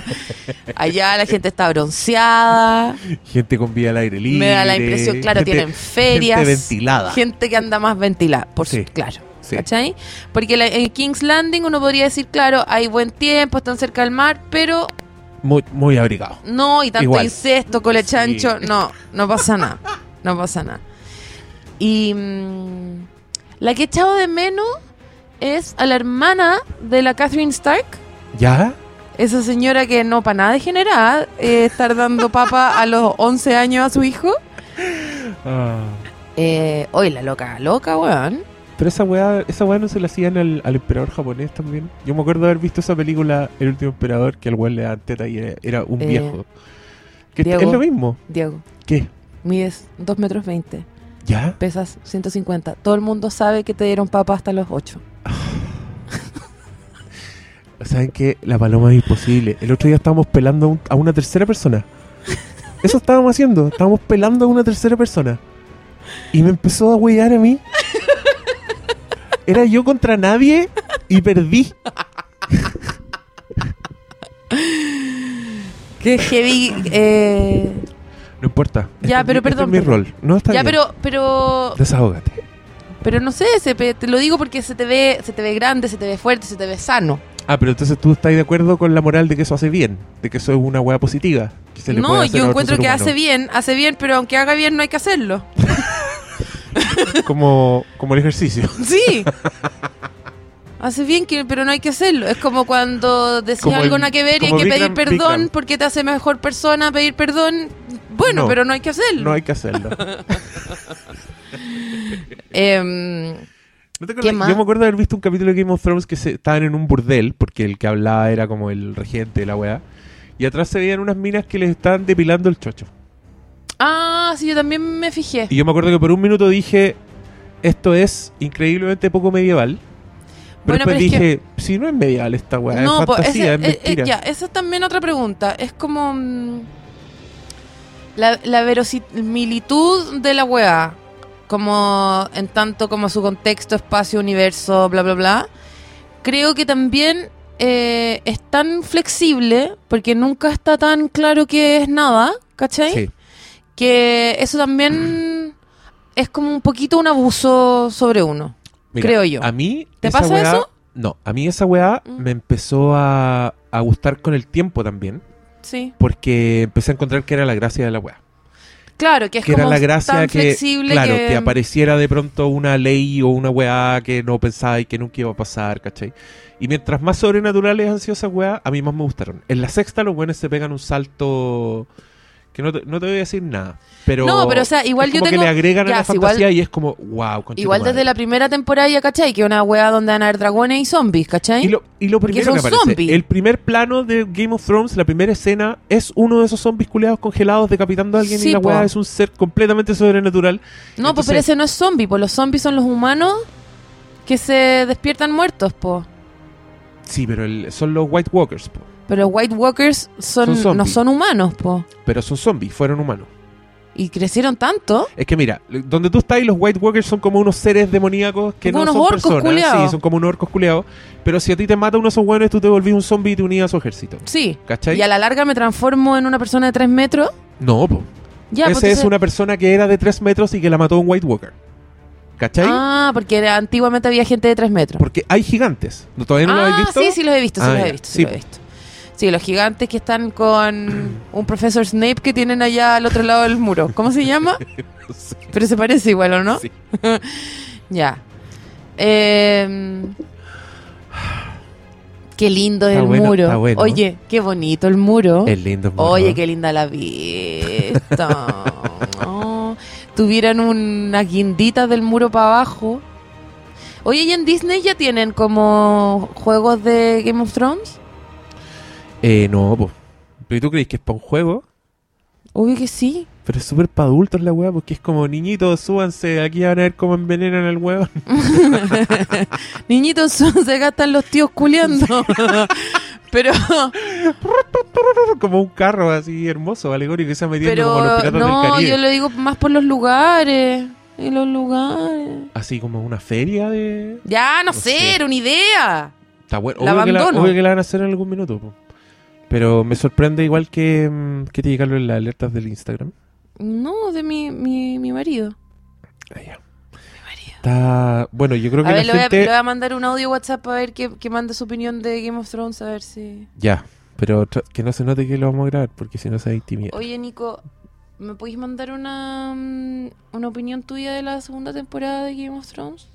allá la gente está bronceada, Gente con vida al aire libre. me da la impresión, claro, gente- tienen ferias. Gente ventilada. Gente que anda más ventilada, por Sí, su- claro. sí. ¿Cachai? Porque la- en King's Landing uno podría decir, claro, hay buen tiempo, están cerca del mar, pero Muy, muy abrigado. no, y tanto Igual. incesto, cole Sí. chancho, no, no pasa nada, no pasa nada. Y mm, la que he echado de menos es a la hermana de la Catherine Stark, ¿Ya? Esa señora que no para nada degenerada, eh, estar dando papa a los 11 años a su hijo. Ah. Eh, Oye, la loca, loca, weón. Pero esa weá, esa weá no se la hacían al, al emperador japonés también. Yo me acuerdo haber visto esa película, El último emperador, que al weón le daban teta y era, era un Eh, viejo. Que Diego. es lo mismo. Diego, ¿Qué? mides 2 metros 20, ¿Ya? pesas 150. Todo el mundo sabe que te dieron papa hasta los 8. ¿Saben que La paloma es imposible. El otro día estábamos pelando a un- a una tercera persona. Eso estábamos haciendo. Estábamos pelando a una tercera persona. Y me empezó a huellar a mí. Era yo contra nadie y perdí. Qué heavy. eh, No importa. Ya, es pero mi- perdón, Este es mi perdón. rol. No está Ya, bien. pero, pero, Desahógate. pero no sé, se pe- te lo digo porque se te ve, se te ve grande, se te ve fuerte, se te ve sano. Ah, pero entonces tú estás de acuerdo con la moral de que eso hace bien, de que eso es una hueá positiva. que se le puede No, hacer yo a otro encuentro ser que humano. hace bien, hace bien, pero aunque haga bien no hay que hacerlo. Como, como el ejercicio. Sí. hace bien, que, pero no hay que hacerlo. Es como cuando decís Como algo el- nada que ver y hay como que pedir Bikram- perdón Bikram. porque te hace mejor persona pedir perdón. Bueno, No. pero no hay que hacerlo. No hay que hacerlo. Em, ¿No te ¿Qué acuerdas? más? Yo me acuerdo de haber visto un capítulo de Game of Thrones que se, estaban en un burdel, porque el que hablaba era como el regente de la weá. Y atrás se veían unas minas que les estaban depilando el chocho. ah, sí, yo también me fijé. Y yo me acuerdo que por un minuto dije, esto es increíblemente poco medieval. Pero Bueno, después pero es que- dije, si no es medieval esta weá, es pues, fantasía, ese- es eh, eh, mentira. ya, esa es también otra pregunta. Es como mm, la, la verosimilitud de la weá. Como en tanto como su contexto, espacio, universo, bla, bla, bla. Creo que también eh, es tan flexible, porque nunca está tan claro que es nada, ¿cachai? Sí. Que eso también es como un poquito un abuso sobre uno. Mira, creo yo. A mí. ¿Te esa pasa weá- eso? No, a mí esa weá Mm. me empezó a, a gustar con el tiempo también, Sí. porque empecé a encontrar que era la gracia de la weá. Claro, que es que como era la gracia tan que, flexible claro, que- que apareciera de pronto una ley o una weá que no pensaba y que nunca iba a pasar, ¿cachai? Y mientras más sobrenaturales han sido esas weá, a mí más me gustaron. En la sexta los buenos se pegan un salto que no te, no te voy a decir nada, pero... No, pero, o sea, igual es yo como tengo- que le agregan ya, a la si igual- fantasía y es como, wow, Igual desde la primera temporada ya, ¿cachai? Que una wea donde van a haber dragones y zombies, ¿cachai? Y lo, y lo Porque primero ¿Eh? son que aparece, zombies. el primer plano de Game of Thrones, la primera escena, es uno de esos zombies culeados congelados decapitando a alguien Sí, y la po. weá es un ser completamente sobrenatural. no, pues entonces- pero ese no es zombie, pues los zombies son los humanos que se despiertan muertos, po. Sí, pero el- son los White Walkers, po. Pero los White Walkers son, Son zombies. no son humanos, po. pero son zombies, fueron humanos. Y crecieron tanto. Es que mira, l- donde tú estás, los White Walkers son como unos seres demoníacos que Como no unos son orcos personas. culiaos. Sí, son como unos orcos culeados. Pero si a ti te mata uno de esos hueones, tú te volvís un zombie y te unís a su ejército. Sí. ¿Cachai? Y a la larga me transformo en una persona de 3 metros. No, po. Ya, Esa es pues, entonces- una persona que era de 3 metros y que la mató un White Walker. ¿Cachai? Ah, porque era- antiguamente había gente de 3 metros. Porque hay gigantes. ¿No, ¿Todavía no lo ah, habéis visto? sí, sí los he visto, sí Ah, los he ya. visto, sí, Sí, los he visto. Sí, los gigantes que están con un profesor Snape que tienen allá al otro lado del muro. ¿Cómo se llama? No sé. Pero se parece igual, ¿o no? Sí. Ya. Eh, qué lindo es Está el bueno, muro. está bueno. Oye, qué bonito el muro. Es lindo. ¿no? Oye, qué linda la vista. Oh, tuvieran unas guinditas del muro para abajo. Oye, ¿y en Disney ya tienen como juegos de Game of Thrones? Eh, no, po. ¿Pero tú crees que es para un juego? Obvio que sí. Pero es súper para adultos la weá, porque es como, niñitos, súbanse, aquí van a ver cómo envenenan al huevo. Niñitos, se gastan los tíos culeando. Pero como un carro así hermoso, alegórico, que se ha metido Pero como los piratas del no, Caribe. yo lo digo más por los lugares. Y los lugares. Así como una feria de... Ya, no, No sé, sé. era una idea. Está bueno. La Obvio que, la, abandono. obvio que la van a hacer en algún minuto. po. Pero me sorprende igual que, mm, que te llegaron las alertas del Instagram. No, de mi, mi, mi marido. Ah, ya. Mi marido. Está... Bueno, yo creo A que ver, la le voy a, gente... le voy a mandar un audio WhatsApp a ver que, que mande su opinión de Game of Thrones, a ver si... Ya, pero tra- que no se note que lo vamos a grabar, porque si no se intimida. Oye, Nico, ¿me podéis mandar una, mm, una opinión tuya de la segunda temporada de Game of Thrones?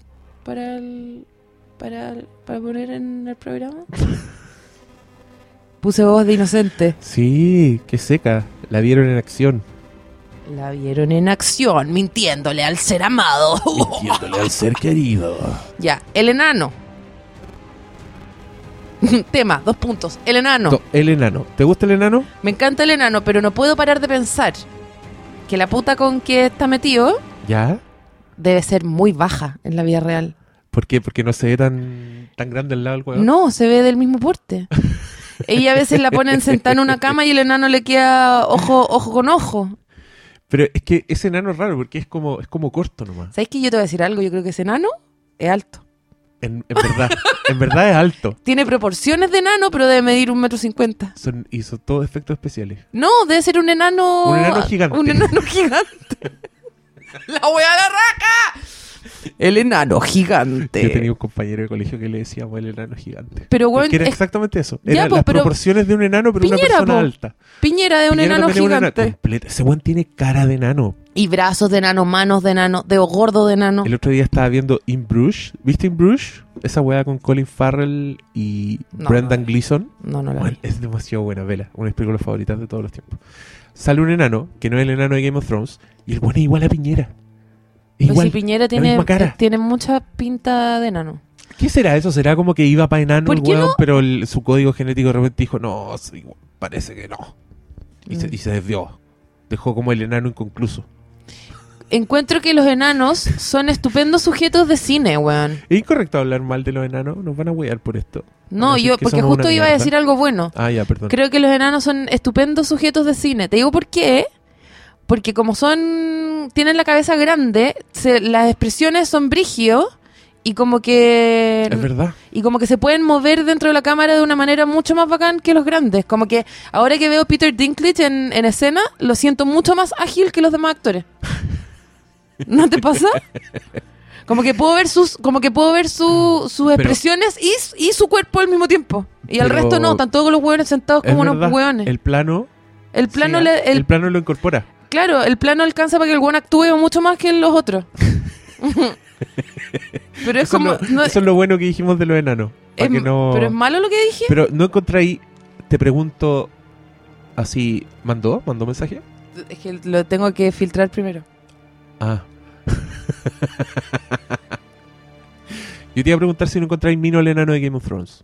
Para el, para, el- para poner en el programa. Puse voz de inocente. Sí, qué seca. La vieron en acción. La vieron en acción, mintiéndole al ser amado. Mintiéndole al ser querido. ya, el enano. Tema, dos puntos. El enano. To- El enano. ¿Te gusta el enano? Me encanta el enano, pero no puedo parar de pensar que la puta con que está metido Ya. debe ser muy baja en la vida real. ¿Por qué? Porque no se ve tan, tan grande al lado del huevo. No, se ve del mismo porte. Ella a veces la ponen sentada en una cama y el enano le queda ojo, ojo con ojo. Pero es que ese enano es raro porque es como, es como corto nomás. ¿Sabes que yo te voy a decir algo? Yo creo que ese enano es alto. En, en verdad. en verdad es alto. Tiene proporciones de enano, pero debe medir un metro cincuenta. Son, y son todos efectos especiales. No, debe ser un enano. Un enano gigante. Un enano gigante. ¡La wea la raja! El enano gigante. Yo tenía un compañero de colegio que le decíamos el enano gigante. Pero, weón, Porque era es- exactamente eso. Ya, Eran po, las pero- proporciones de un enano, pero una Piñera, persona po. alta. Piñera de un Piñera enano también es un enano gigante. completo. Ese weón tiene cara de enano. Y brazos de enano, manos de enano, dedo gordo de enano. El otro día estaba viendo In Bruges. ¿Viste In Bruges? Esa weá con Colin Farrell y No, Brendan no. Gleeson. No, no la Weón, vi. es demasiado buena, vela. Una de mis películas favoritas de todos los tiempos. Sale un enano, que no es el enano de Game of Thrones, y el weón es igual a Piñera. Es Pero Igual. si Piñera tiene, eh, misma cara. tiene mucha pinta de enano. ¿Qué será eso? ¿Será como que iba para enano el ¿Por qué weón, pero el- su código genético de repente dijo, no, sí, weón, parece que no? Y, se, Mm. y se desvió. Dejó como el enano inconcluso. Encuentro que los enanos son estupendos sujetos de cine, weón. ¿Es incorrecto hablar mal de los enanos? Nos van a wear por esto. Van a No, decir yo, que porque somos justo una iba a mierda. decir algo bueno. Ah, ya, perdón. Creo que los enanos son estupendos sujetos de cine. Te digo por qué. Porque como son. tienen la cabeza grande, se- las expresiones son brigio y como que. es verdad. Y como que se pueden mover dentro de la cámara de una manera mucho más bacán que los grandes. Como que ahora que veo Peter Dinklage en, en escena, lo siento mucho más ágil que los demás actores. ¿No te pasa? Como que puedo ver sus, como que puedo ver su- sus expresiones y, s- y su cuerpo al mismo tiempo. Y al Pero- resto no, están todos los hueones sentados Es como unos verdad. hueones. El, El plano. plano, sí, ah, le- el- el plano lo incorpora. claro, el plano alcanza para que el hueón actúe mucho más que los otros. pero es Eso, como, es lo, no- eso es lo bueno que dijimos de los enanos. Pa' es- que no... pero es malo lo que dije. Pero no encontré ahí. Te pregunto. Así. ¿Mandó? ¿Mandó mensaje? Es que lo tengo que filtrar primero. Ah. Yo te iba a preguntar si no encontráis Mino el enano de Game of Thrones.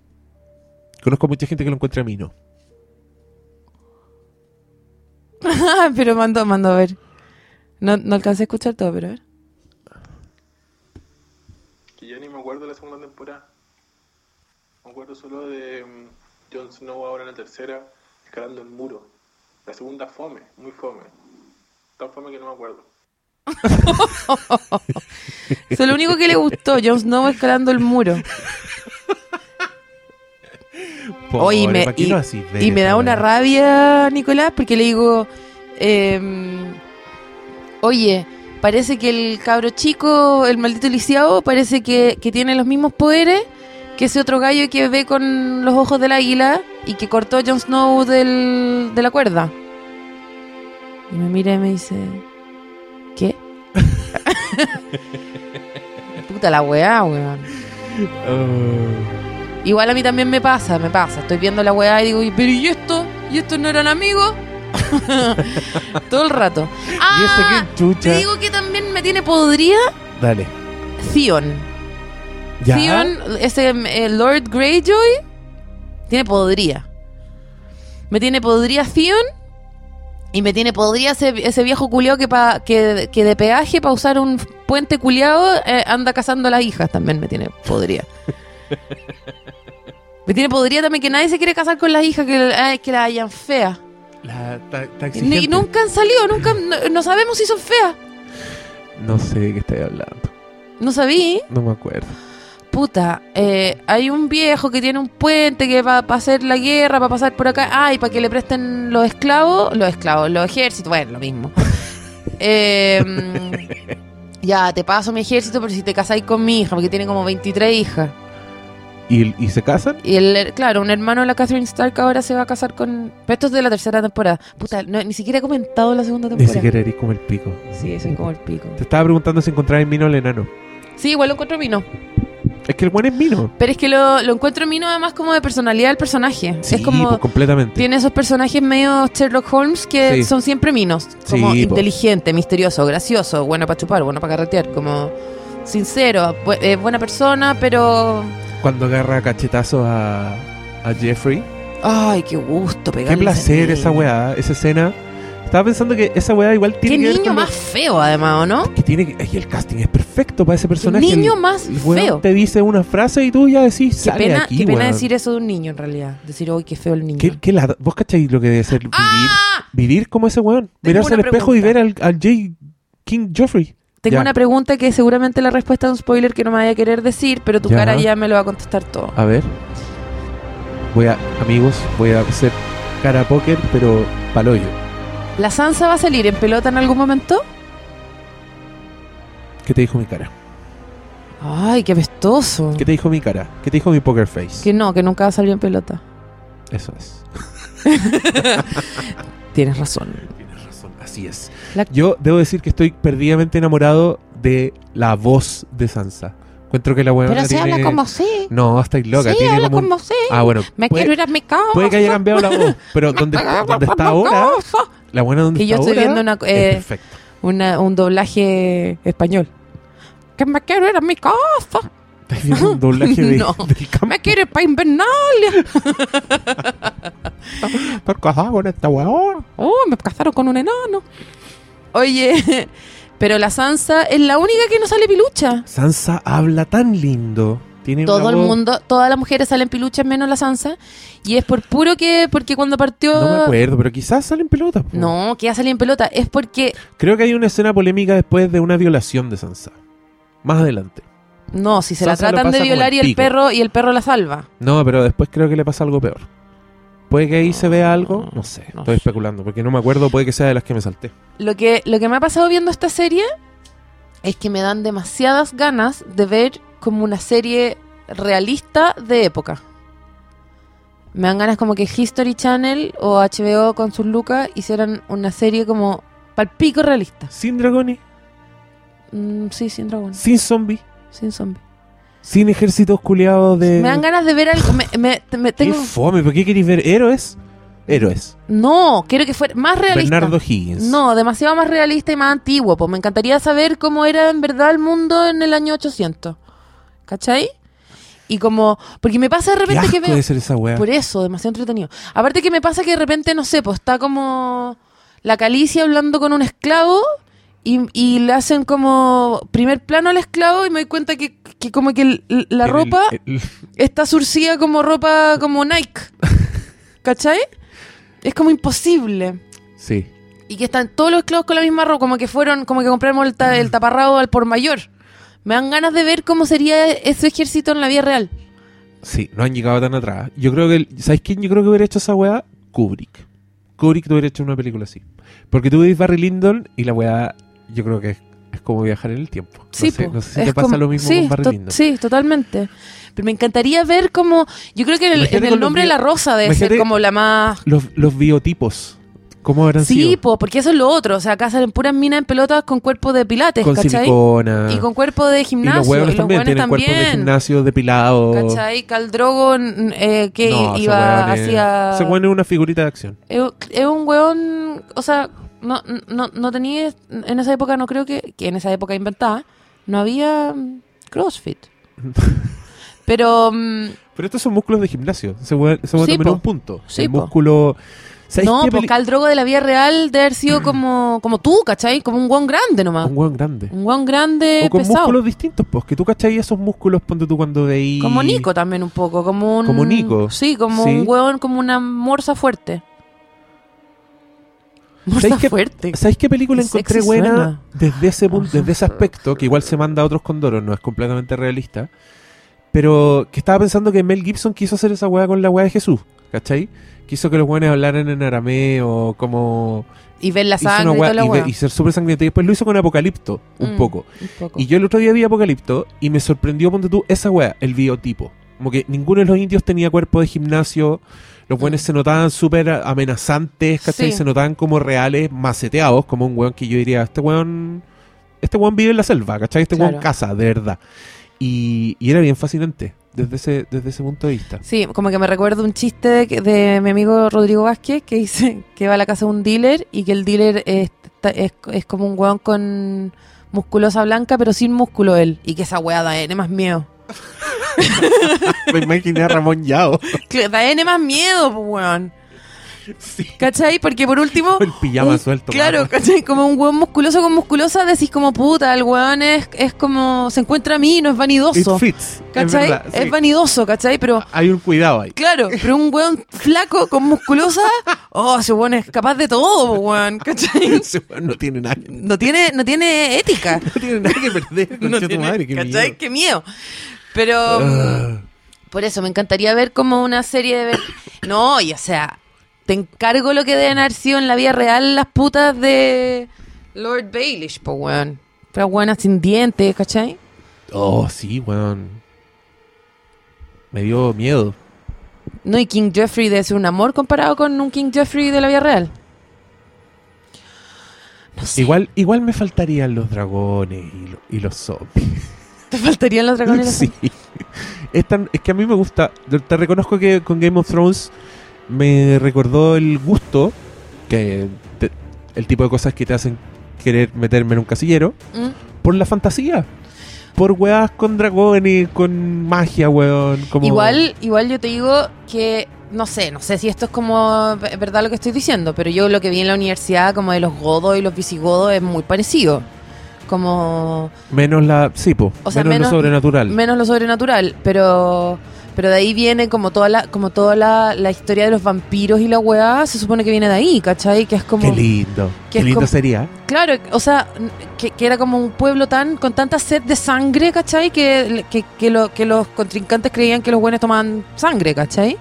Conozco mucha gente que lo encuentra Mino. pero mando, mando a ver. No, no alcancé a escuchar todo, pero a ver. Que ya ni me acuerdo de la segunda temporada. Me acuerdo solo de mm, Jon Snow ahora en la tercera, escalando el muro. La segunda fome, muy fome. Tan fome que no me acuerdo. Eso es lo único que le gustó, Jon Snow escalando el muro. Oye, y Pobre, me- ¿pa' qué y- lo hacís ver Y me esa da una weá? rabia, Nicolás, porque le digo, em, oye, parece que el cabro chico, el maldito lisiado, parece que, que tiene los mismos poderes que ese otro gallo que ve con los ojos del águila y que cortó a Jon Snow del- de la cuerda. Y me mira y me dice, ¿qué? Puta la weá, weón. Oh, Igual a mí también me pasa, me pasa. Estoy viendo la weá y digo, "Y- pero ¿y esto? ¿Y estos no eran amigos? Todo el rato. ¿Y ese ¡Ah! qué chucha? Te digo que también me tiene podrida Dale. Theon. ¿Ya? Theon, ese eh, Lord Greyjoy, tiene podrida. Me tiene podrida Theon y me tiene podrida ese, ese viejo culiao que, pa- que, que de peaje para usar un puente culiao eh, anda cazando a las hijas. También me tiene podrida. Me tiene podrida también que nadie se quiere casar con las hijas que, eh, que las hayan feas. La, ta- ta Y exigente. nunca han salido, nunca, no, no sabemos si son feas. No sé de qué estoy hablando. No sabí. No me acuerdo. Puta, eh, hay un viejo que tiene un puente que va para hacer la guerra, para pasar por acá. Ay, para que le presten los esclavos, los esclavos, los ejércitos, bueno, lo mismo. Eh, mm, ya, te paso mi ejército, pero si te casáis con mi hija, porque tiene como 23 hijas. ¿Y, y se casan? Y el, claro, un hermano de la Catherine Stark ahora se va a casar con. Pero esto es de la tercera temporada. Puta, no, ni siquiera he comentado la segunda Ni temporada. siquiera eres como el pico. Sí, soy como el pico. Te estaba preguntando si encontrabas en Mino el enano. Sí, igual lo encuentro vino. Es que el buen es Mino. Pero es que lo, lo encuentro Mino además como de personalidad del personaje. Sí, es como... pues, completamente. Tiene esos personajes medio Sherlock Holmes que Sí. son siempre minos. Sí, Como po. inteligente, misterioso, gracioso, bueno para chupar, bueno para carretear, como sincero, bu- eh, buena persona, pero... Cuando agarra cachetazos a, a Jeffrey. Ay, qué gusto pegarle. Qué a placer ese esa niño. weá, esa escena. Estaba pensando que esa weá igual Qué tiene que ver niño con lo- más feo además, ¿o no? que tiene que- ay, el casting es perfecto para ese Qué personaje. niño El- más el weón feo. Te dice una frase y tú ya decís, Qué sale de pena, aquí, qué pena weón". decir eso de un niño en realidad. Decir, hoy qué feo el niño. ¿Qué, qué lata? ¿Vos cacháis lo que debe ser vivir? ¡Ah! Vivir como ese weón. Mirarse al una espejo y ver pregunta. al, al J. King Joffrey. Tengo Ya. una pregunta que seguramente la respuesta es un spoiler que no me vaya a querer decir, pero tu Ya. cara ya me lo va a contestar todo. A ver. Voy a, amigos, voy a hacer cara póker, pero paloyo. ¿La Sansa va a salir en pelota en algún momento? ¿Qué te dijo mi cara? Ay, qué apestoso. ¿Qué te dijo mi cara? ¿Qué te dijo mi poker face? Que no, que nunca va a salir en pelota. Eso es. Tienes razón. Tienes razón, así es. La- Yo debo decir que estoy perdidamente enamorado de la voz de Sansa. Encuentro que la weona Pero se tiene... habla como sí. No, estáis loca. sí, tiene habla como... un- como sí. Ah, bueno. Me puede, quiero ir a mi casa. puede que haya cambiado la voz, pero donde, donde está ahora, la buena donde Que yo está estoy ahora viendo una- eh, es perfecta. Una- un doblaje español. Que me quiero ir a mi casa. Estás viendo un doblaje de, No. del campo. Me quiero ir para Invernalia. Por casado con esta weona. Oh, me casaron con un enano. Oye, pero la Sansa es la única que no sale pilucha. Sansa habla tan lindo. Tiene Todo una el voz- mundo, todas las mujeres salen piluchas menos la Sansa. Y es por puro que, porque cuando partió... No me acuerdo, pero quizás salen pelotas. po. No, que ya salía en pelota. Es porque. Creo que hay una escena polémica después de una violación de Sansa. Más adelante. No, si se Sansa la lo tratan de pasa como violar el y el pico. perro y el perro la salva. No, pero después creo que le pasa algo peor. Puede que ahí se vea algo, no sé, No estoy sé. especulando, porque no me acuerdo, puede que sea de las que me salté. Lo que, lo que me ha pasado viendo esta serie es que me dan demasiadas ganas de ver como una serie realista de época. Me dan ganas como que History Channel o HBO con sus lucas hicieran una serie como palpico realista. Sin dragones, Mm, sí, sin dragones, sin zombies, sin zombies. sin ejércitos culiados de... Me dan ganas de ver algo. Me, me- te- me Qué tengo, fome, ¿por qué queréis ver héroes? Héroes. no, quiero que fuera más realista. Bernardo Higgins. No, demasiado más realista y más antiguo. Pues me encantaría saber cómo era en verdad el mundo en el año 800. ¿Cachai? Y como, porque me pasa de Qué repente asco que veo... de ser esa wea. Por eso, demasiado entretenido. Aparte que me pasa que de repente, no sé, pues está como la calicia hablando con un esclavo y, y le hacen como primer plano al esclavo y me doy cuenta que, que como que el- la En el- ropa el- está surcida como ropa como Nike. ¿Cachai? Es como imposible. Sí. Y que están todos los esclavos con la misma ropa, como que fueron, como que compramos el, Mm. ta- el taparrabo al por mayor. Me dan ganas de ver cómo sería ese ejército en la vida real. Sí, no han llegado tan atrás. Yo creo que. el- ¿Sabes quién yo creo que hubiera hecho esa weá? Kubrick. Kubrick hubiera hecho una película así. Porque tú ves Barry Lyndon y la weá, yo creo que es, es como viajar en el tiempo. No Sí, sé, po. no sé si Es te pasa como- lo mismo sí, con Barry to- Lyndon. Sí, totalmente. Pero me encantaría ver como. Yo creo que en el, Imagínate en el con los nombre de la bio- rosa debe ser imagínate- como la más. Los, los biotipos. ¿Cómo habrán Sí, sido? po, porque eso es lo otro. O sea, acá salen puras minas en pelotas con cuerpo de pilates, con pues, ¿cachai? silicona. Y con cuerpo de Y gimnasio. los huevos también hueones tienen cuerpos de también, gimnasio depilados. ¿Cachai? Caldrogo eh, que No, esos iba hueones- hacia. Ese hueón es una figurita de acción. Es un- es un weón, o sea, no, no, no tenía, en esa época no creo que, que en esa época inventada, no había mm, CrossFit. Pero, mm, Pero estos son músculos de gimnasio. Ese hueón ese hueón Sí, también es po. un punto. Sí, El po. músculo. ¿Sabes no, pues, qué porque peli- Cal Drogo de la vida real debe haber sido como, como tú, ¿cachai? Como un weón grande nomás. Un hueón grande. Un weón grande, O con pesado. músculos distintos, pues. Que tú cachai esos músculos, ponte tú cuando veí. Como Nico también un poco, como un... Como Nico. Sí, como Sí. un weón, como una morsa fuerte. Morsa ¿Sabéis qué- fuerte. ¿Sabéis qué película Qué encontré sexy buena suena. Ah. desde ese punto, desde ese aspecto, que igual se manda a otros condoros, no es completamente realista? Pero que estaba pensando que Mel Gibson quiso hacer esa weá con la weá de Jesús, ¿cachai? Quiso que los weones hablaran en arameo, como. Y ver la hizo una sangre y weá- toda la y ve- weá. y, ser súper sangriento. Y después lo hizo con Apocalipto, un Mm, poco. un poco. Y yo el otro día vi Apocalipto y me sorprendió, ponte tú, esa weá, el biotipo. Como que ninguno de los indios tenía cuerpo de gimnasio. Los buenos Mm. se notaban súper amenazantes, ¿cachai? Sí. Se notaban como reales, maceteados, como un weón que yo diría, este weón. Este weón vive en la selva, ¿cachai? Este weón Claro. caza, de verdad. Y, y era bien fascinante desde ese, desde ese punto de vista. Sí, como que me recuerdo un chiste de, que- de mi amigo Rodrigo Vázquez que dice que va a la casa de un dealer y que el dealer es, ta- es, es como un weón con musculosa blanca pero sin músculo él. Y que esa weá da N más miedo. Me imaginé a Ramón Yao. Cl- Da N más miedo, po, weón. Sí. ¿Cachai? Porque por último... El pijama un- suelto. Claro, mano. ¿cachai? Como un weón musculoso con musculosa decís como puta, el weón es, es como... Se encuentra a mí, no es It vanidoso. fits. Es, ¿Cachai? Es, verdad, sí. vanidoso, ¿cachai? Pero... Hay un cuidado ahí. Claro, pero un weón flaco con musculosa, oh, ese weón es capaz de todo, po, weón, ¿cachai? Ese weón no tiene nada, que- No tiene, no tiene ética. no tiene nada que perder. No concha tu tiene- madre, qué ¿Cachai? miedo. Qué miedo. Pero Ah. por eso me encantaría ver como una serie de... No, y o sea, te encargo lo que deben haber sido en la vida real las putas de Lord Baelish, po, weón. Pero weonas sin dientes, ¿cachai? Oh, sí, weón. Me dio miedo. No, y King Jeffrey debe ser un amor comparado con un King Jeffrey de la vida real. No sé. Igual, igual me faltarían los dragones y, lo- y los zombies. Te faltarían los dragones. Sí. Es, tan- es que a mí me gusta. Te te reconozco que con Game of Thrones me recordó el gusto, que te- el tipo de cosas que te hacen querer meterme en un casillero, ¿Mm? por la fantasía. Por weas con dragones, con magia, weón. Como... Igual, igual yo te digo que no sé, no sé si esto es como v- verdad lo que estoy diciendo, pero yo lo que vi en la universidad como de los godos y los visigodos es muy parecido. Como Menos la. Sí, po, O sea, menos, menos- lo sobrenatural. menos lo sobrenatural, pero pero de ahí viene como toda la como toda la, la historia de los vampiros y la weá, se supone que viene de ahí, ¿cachai? Que es como Qué lindo. que Qué es lindo como- sería. Claro, o sea, n- que, que era como un pueblo tan con tanta sed de sangre, ¿cachai? Que, que, que lo- que los contrincantes creían que los buenos tomaban sangre, ¿cachai?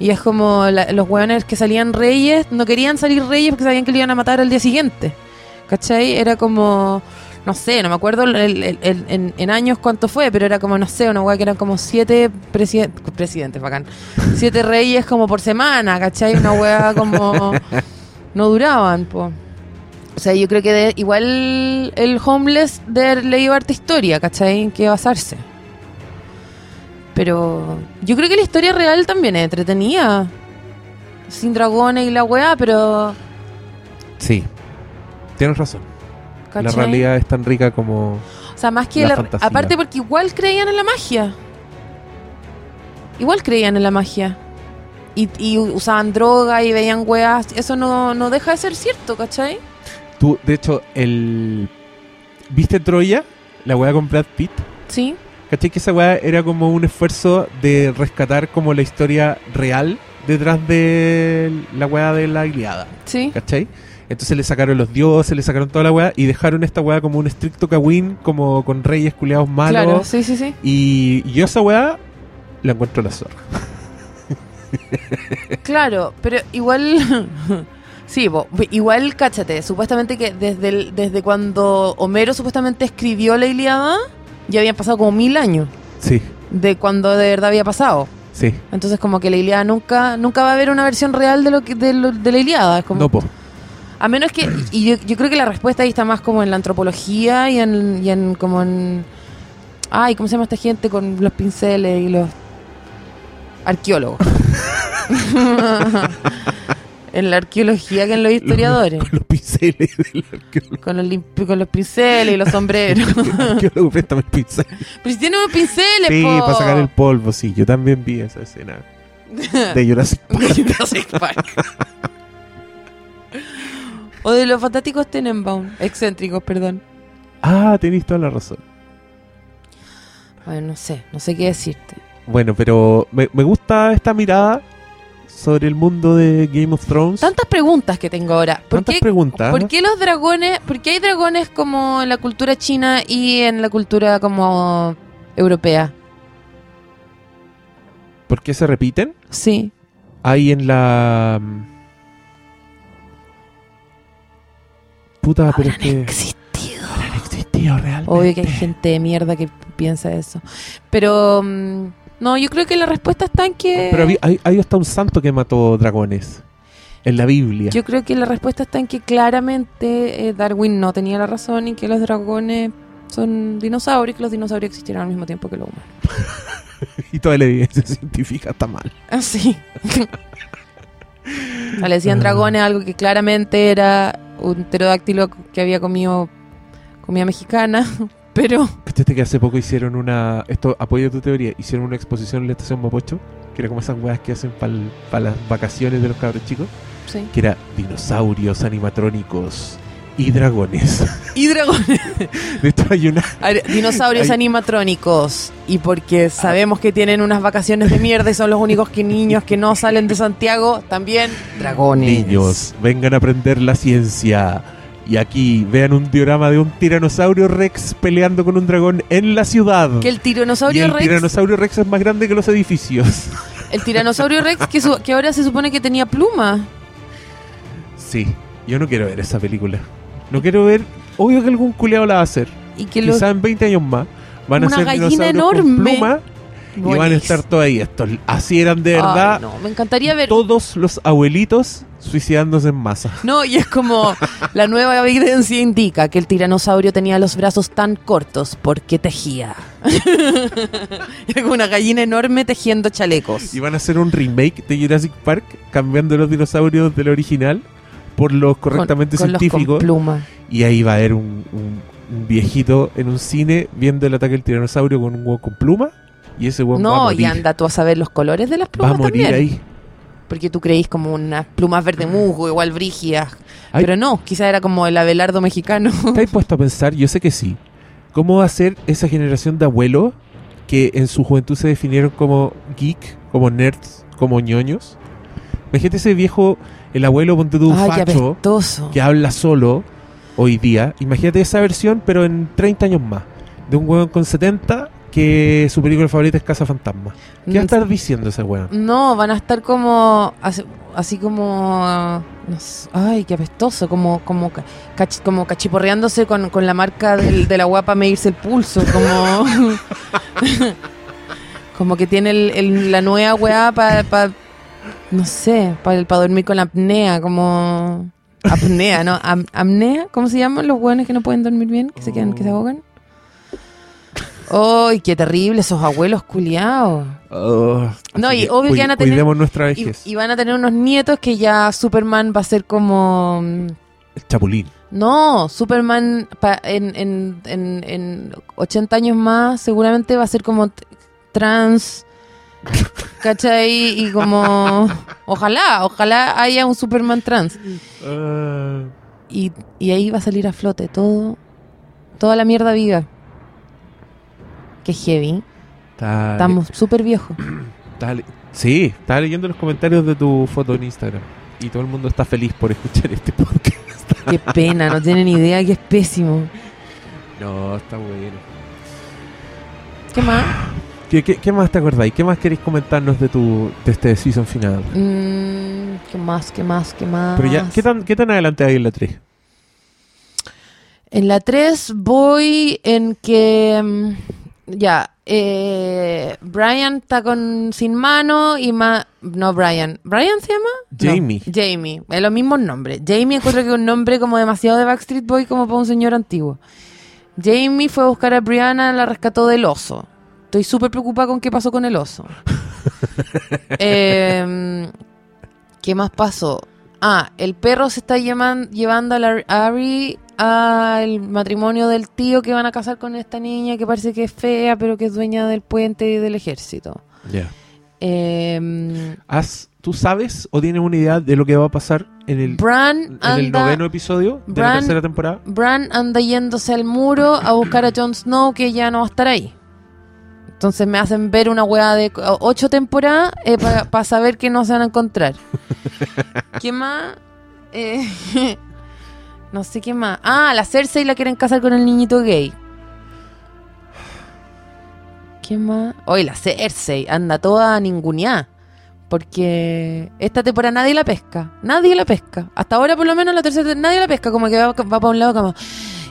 Y es como la- los hueones que salían reyes, no querían salir reyes porque sabían que lo iban a matar al día siguiente, ¿cachai? Era como, no sé, no me acuerdo el- el- el- en, en años cuánto fue, pero era como, no sé, una hueá que eran como siete presiden- presidentes, bacán, siete reyes como por semana, ¿cachai? Una hueá como... no duraban, po. O sea, yo creo que de- igual el homeless de haber leído harta historia, ¿cachai? En qué basarse. Pero yo creo que la historia real también es entretenida. Sin dragones y la weá, pero... Sí. Tienes razón. ¿cachai? La realidad es tan rica como. O sea, más que la la- fantasía. Aparte porque igual creían en la magia. Igual creían en la magia. Y, y usaban droga y veían weas. Eso no, no deja de ser cierto, ¿cachai? Tú, de hecho, el. ¿Viste Troya? La weá con Brad Pitt. Sí. ¿Cachai? Que esa weá era como un esfuerzo de rescatar como la historia real detrás de la weá de la Iliada. Sí. ¿Cachai? Entonces le sacaron los dioses, le sacaron toda la weá y dejaron esta weá como un estricto cagüín, como con reyes culeados malos. Claro, sí, sí, sí. Y y yo esa weá la encuentro la zorra. Claro, pero igual. Sí, po, igual cáchate. Supuestamente que desde, el- desde cuando Homero supuestamente escribió la Iliada, ya habían pasado como mil años Sí, de cuando de verdad había pasado. sí. Entonces, como que la Iliada nunca nunca va a haber una versión real de lo que de, lo- de la Iliada. Es como- No, po. a menos que. Y yo, yo creo que la respuesta ahí está más como en la antropología y en, y en como en. Ay, ¿cómo se llama esta gente con los pinceles y los. arqueólogos? en la arqueología que en los historiadores. Con los pinceles del arqueólogo. Con los, lim- con los pinceles y los sombreros. El arqueólogo préstame el pincel. Pero si tienen unos pinceles, Sí, po. para sacar el polvo, sí. Yo también vi esa escena de Jurassic Park. Jurassic Park. o de los fantásticos Tenenbaum. Excéntricos, perdón. Ah, tenéis toda la razón. Bueno, no sé, no sé qué decirte. Bueno, pero me, me gusta esta mirada sobre el mundo de Game of Thrones. Tantas preguntas que tengo ahora. ¿Por Tantas qué, preguntas. por qué los dragones, por qué hay dragones como en la cultura china y en la cultura como europea? ¿Por qué se repiten? Sí. Ahí en la... mm, Puta, pero es Habrán que... ah, existido. han existido realmente. Obvio que hay gente de mierda que piensa eso. Pero mm, no, yo creo que la respuesta está en que Pero había- hay, hay hasta un santo que mató dragones. En la Biblia. yo creo que la respuesta está en que claramente eh, Darwin no tenía la razón y que los dragones Son dinosaurios, que los dinosaurios existieron al mismo tiempo que los humanos. Y toda la evidencia científica está mal. Así. Ah, le Ah. decían dragones, algo que claramente era un pterodáctilo que había comido comida mexicana, pero Este que hace poco hicieron una. Esto apoya tu teoría. Hicieron una exposición en la estación Mapocho, que era como esas weas que hacen para las vacaciones de los cabros chicos, sí. que era dinosaurios animatrónicos y dragones. Y dragones. De hecho, hay una. A ver, Dinosaurios Ay. Ah. animatrónicos. Y porque sabemos que tienen unas vacaciones de mierda y son los únicos que niños que no salen de Santiago, también Ah. dragones. Niños, vengan a aprender la ciencia. Y aquí vean un diorama de un tiranosaurio Rex peleando con un dragón en la ciudad. Que el y tiranosaurio el Rex. tiranosaurio Rex es más grande que los edificios. El tiranosaurio Rex que, su- que ahora se supone que tenía pluma. Sí, yo no quiero ver esa película. No quiero ver. Obvio que algún culeado la va a hacer. Y que los Quizá en 20 años más van a Una ser gallina dinosaurios con enorme. pluma y van a estar todos ahí. Estos, así eran de Ay, verdad no, me encantaría ver. todos los abuelitos suicidándose en masa. No, y es como la nueva evidencia indica que el tiranosaurio tenía los brazos tan cortos porque tejía. Era como una gallina enorme tejiendo chalecos. Y van a hacer un remake de Jurassic Park cambiando los dinosaurios del original por los Con- correctamente con los con científicos. pluma. Y ahí va a haber un, un- un viejito en un cine viendo el ataque del tiranosaurio con un huevo con pluma. Y ese huevo va a No, morir. y anda tú a saber los colores de las va plumas a morir también. ahí. Porque tú creís como unas plumas verde musgo, igual brígidas. Ay. Pero no, quizás era como el abelardo mexicano. ¿Estáis puesto a pensar? Yo sé que sí. ¿Cómo va a ser esa generación de abuelos que en su juventud se definieron como geek, como nerds, como ñoños? Imagínate ese viejo, el abuelo ponte tú un Ay, qué facho apestoso. que habla solo hoy día. Imagínate esa versión, pero en 30 años más. De un hueón con 70 que su película favorita es Casa Fantasma. Mm. ¿Qué va a estar diciendo ese hueón? No, van a estar como. Así, así como. no sé, ay, qué apestoso. Como como, ca- cach- como cachiporreándose con, con la marca del- de la guapa medirse el pulso. Como. como que tiene el- el- la nueva weá para. no sé, para dormir con la apnea. Como. Apnea, ¿no? Am- ¿Amnea? ¿Cómo se llaman los hueones que no pueden dormir bien? Que se quedan, que se ahogan. ¡Ay, qué terrible! Esos abuelos culiados. No, y obvio que van a tener- Cuidemos nuestra Y, vejez. y van a tener unos nietos que ya Superman va a ser como... mm, Chapulín. No, Superman pa- en, en, en, en 80 años más seguramente va a ser como t- trans. ¿Cachai? Y como... Ojalá, ojalá haya un Superman trans. Ah. Y, y ahí va a salir a flote todo. Toda la mierda viva. Qué heavy. Está- Estamos súper viejos. Estaba le- sí, estaba leyendo los comentarios de tu foto en Instagram. Y todo el mundo está feliz por escuchar este podcast. Qué pena, no tienen idea que es pésimo. No, está bueno. ¿Qué más? ¿Qué, qué, qué más te acordáis? ¿Qué más queréis comentarnos de tu de este season final? Mm, ¿Qué más? ¿Qué más? ¿Qué más? Pero ya, ¿qué tan, qué tan adelante hay en la 3? En la 3 voy en que. mm, Ya. eh, Brian está con sin mano y más. No, Brian. ¿Brian se llama? No, Jamie. Jamie. Es lo mismo nombre. Jamie encuentro que es un nombre como demasiado de Backstreet Boy como para un señor antiguo. Jamie fue a buscar a Brianna, la rescató del oso. Estoy súper preocupada con qué pasó con el oso. Em, ¿Qué más pasó? Ah, el perro se está llevan- llevando a la Ari al matrimonio del tío que van a casar con esta niña que parece que es fea, pero que es dueña del puente y del ejército. Ya. Em, Haz- ¿Tú sabes o tienes una idea de lo que va a pasar en el, Bran en el anda, noveno episodio de la Bran- tercera temporada? Bran anda yéndose al muro a buscar a Jon Snow que ya no va a estar ahí. Entonces me hacen ver una weá de o- ocho temporadas para saber que no se van a encontrar. ¿Qué más? Eh, no sé qué más. Ah, la Cersei la quieren casar con el niñito gay. ¿Qué más? Oye, la Cersei anda toda ninguneada. Porque esta temporada nadie la pesca. Nadie la pesca. Hasta ahora, por lo menos, la tercera tem- nadie la pesca. Como que va, para un lado, como.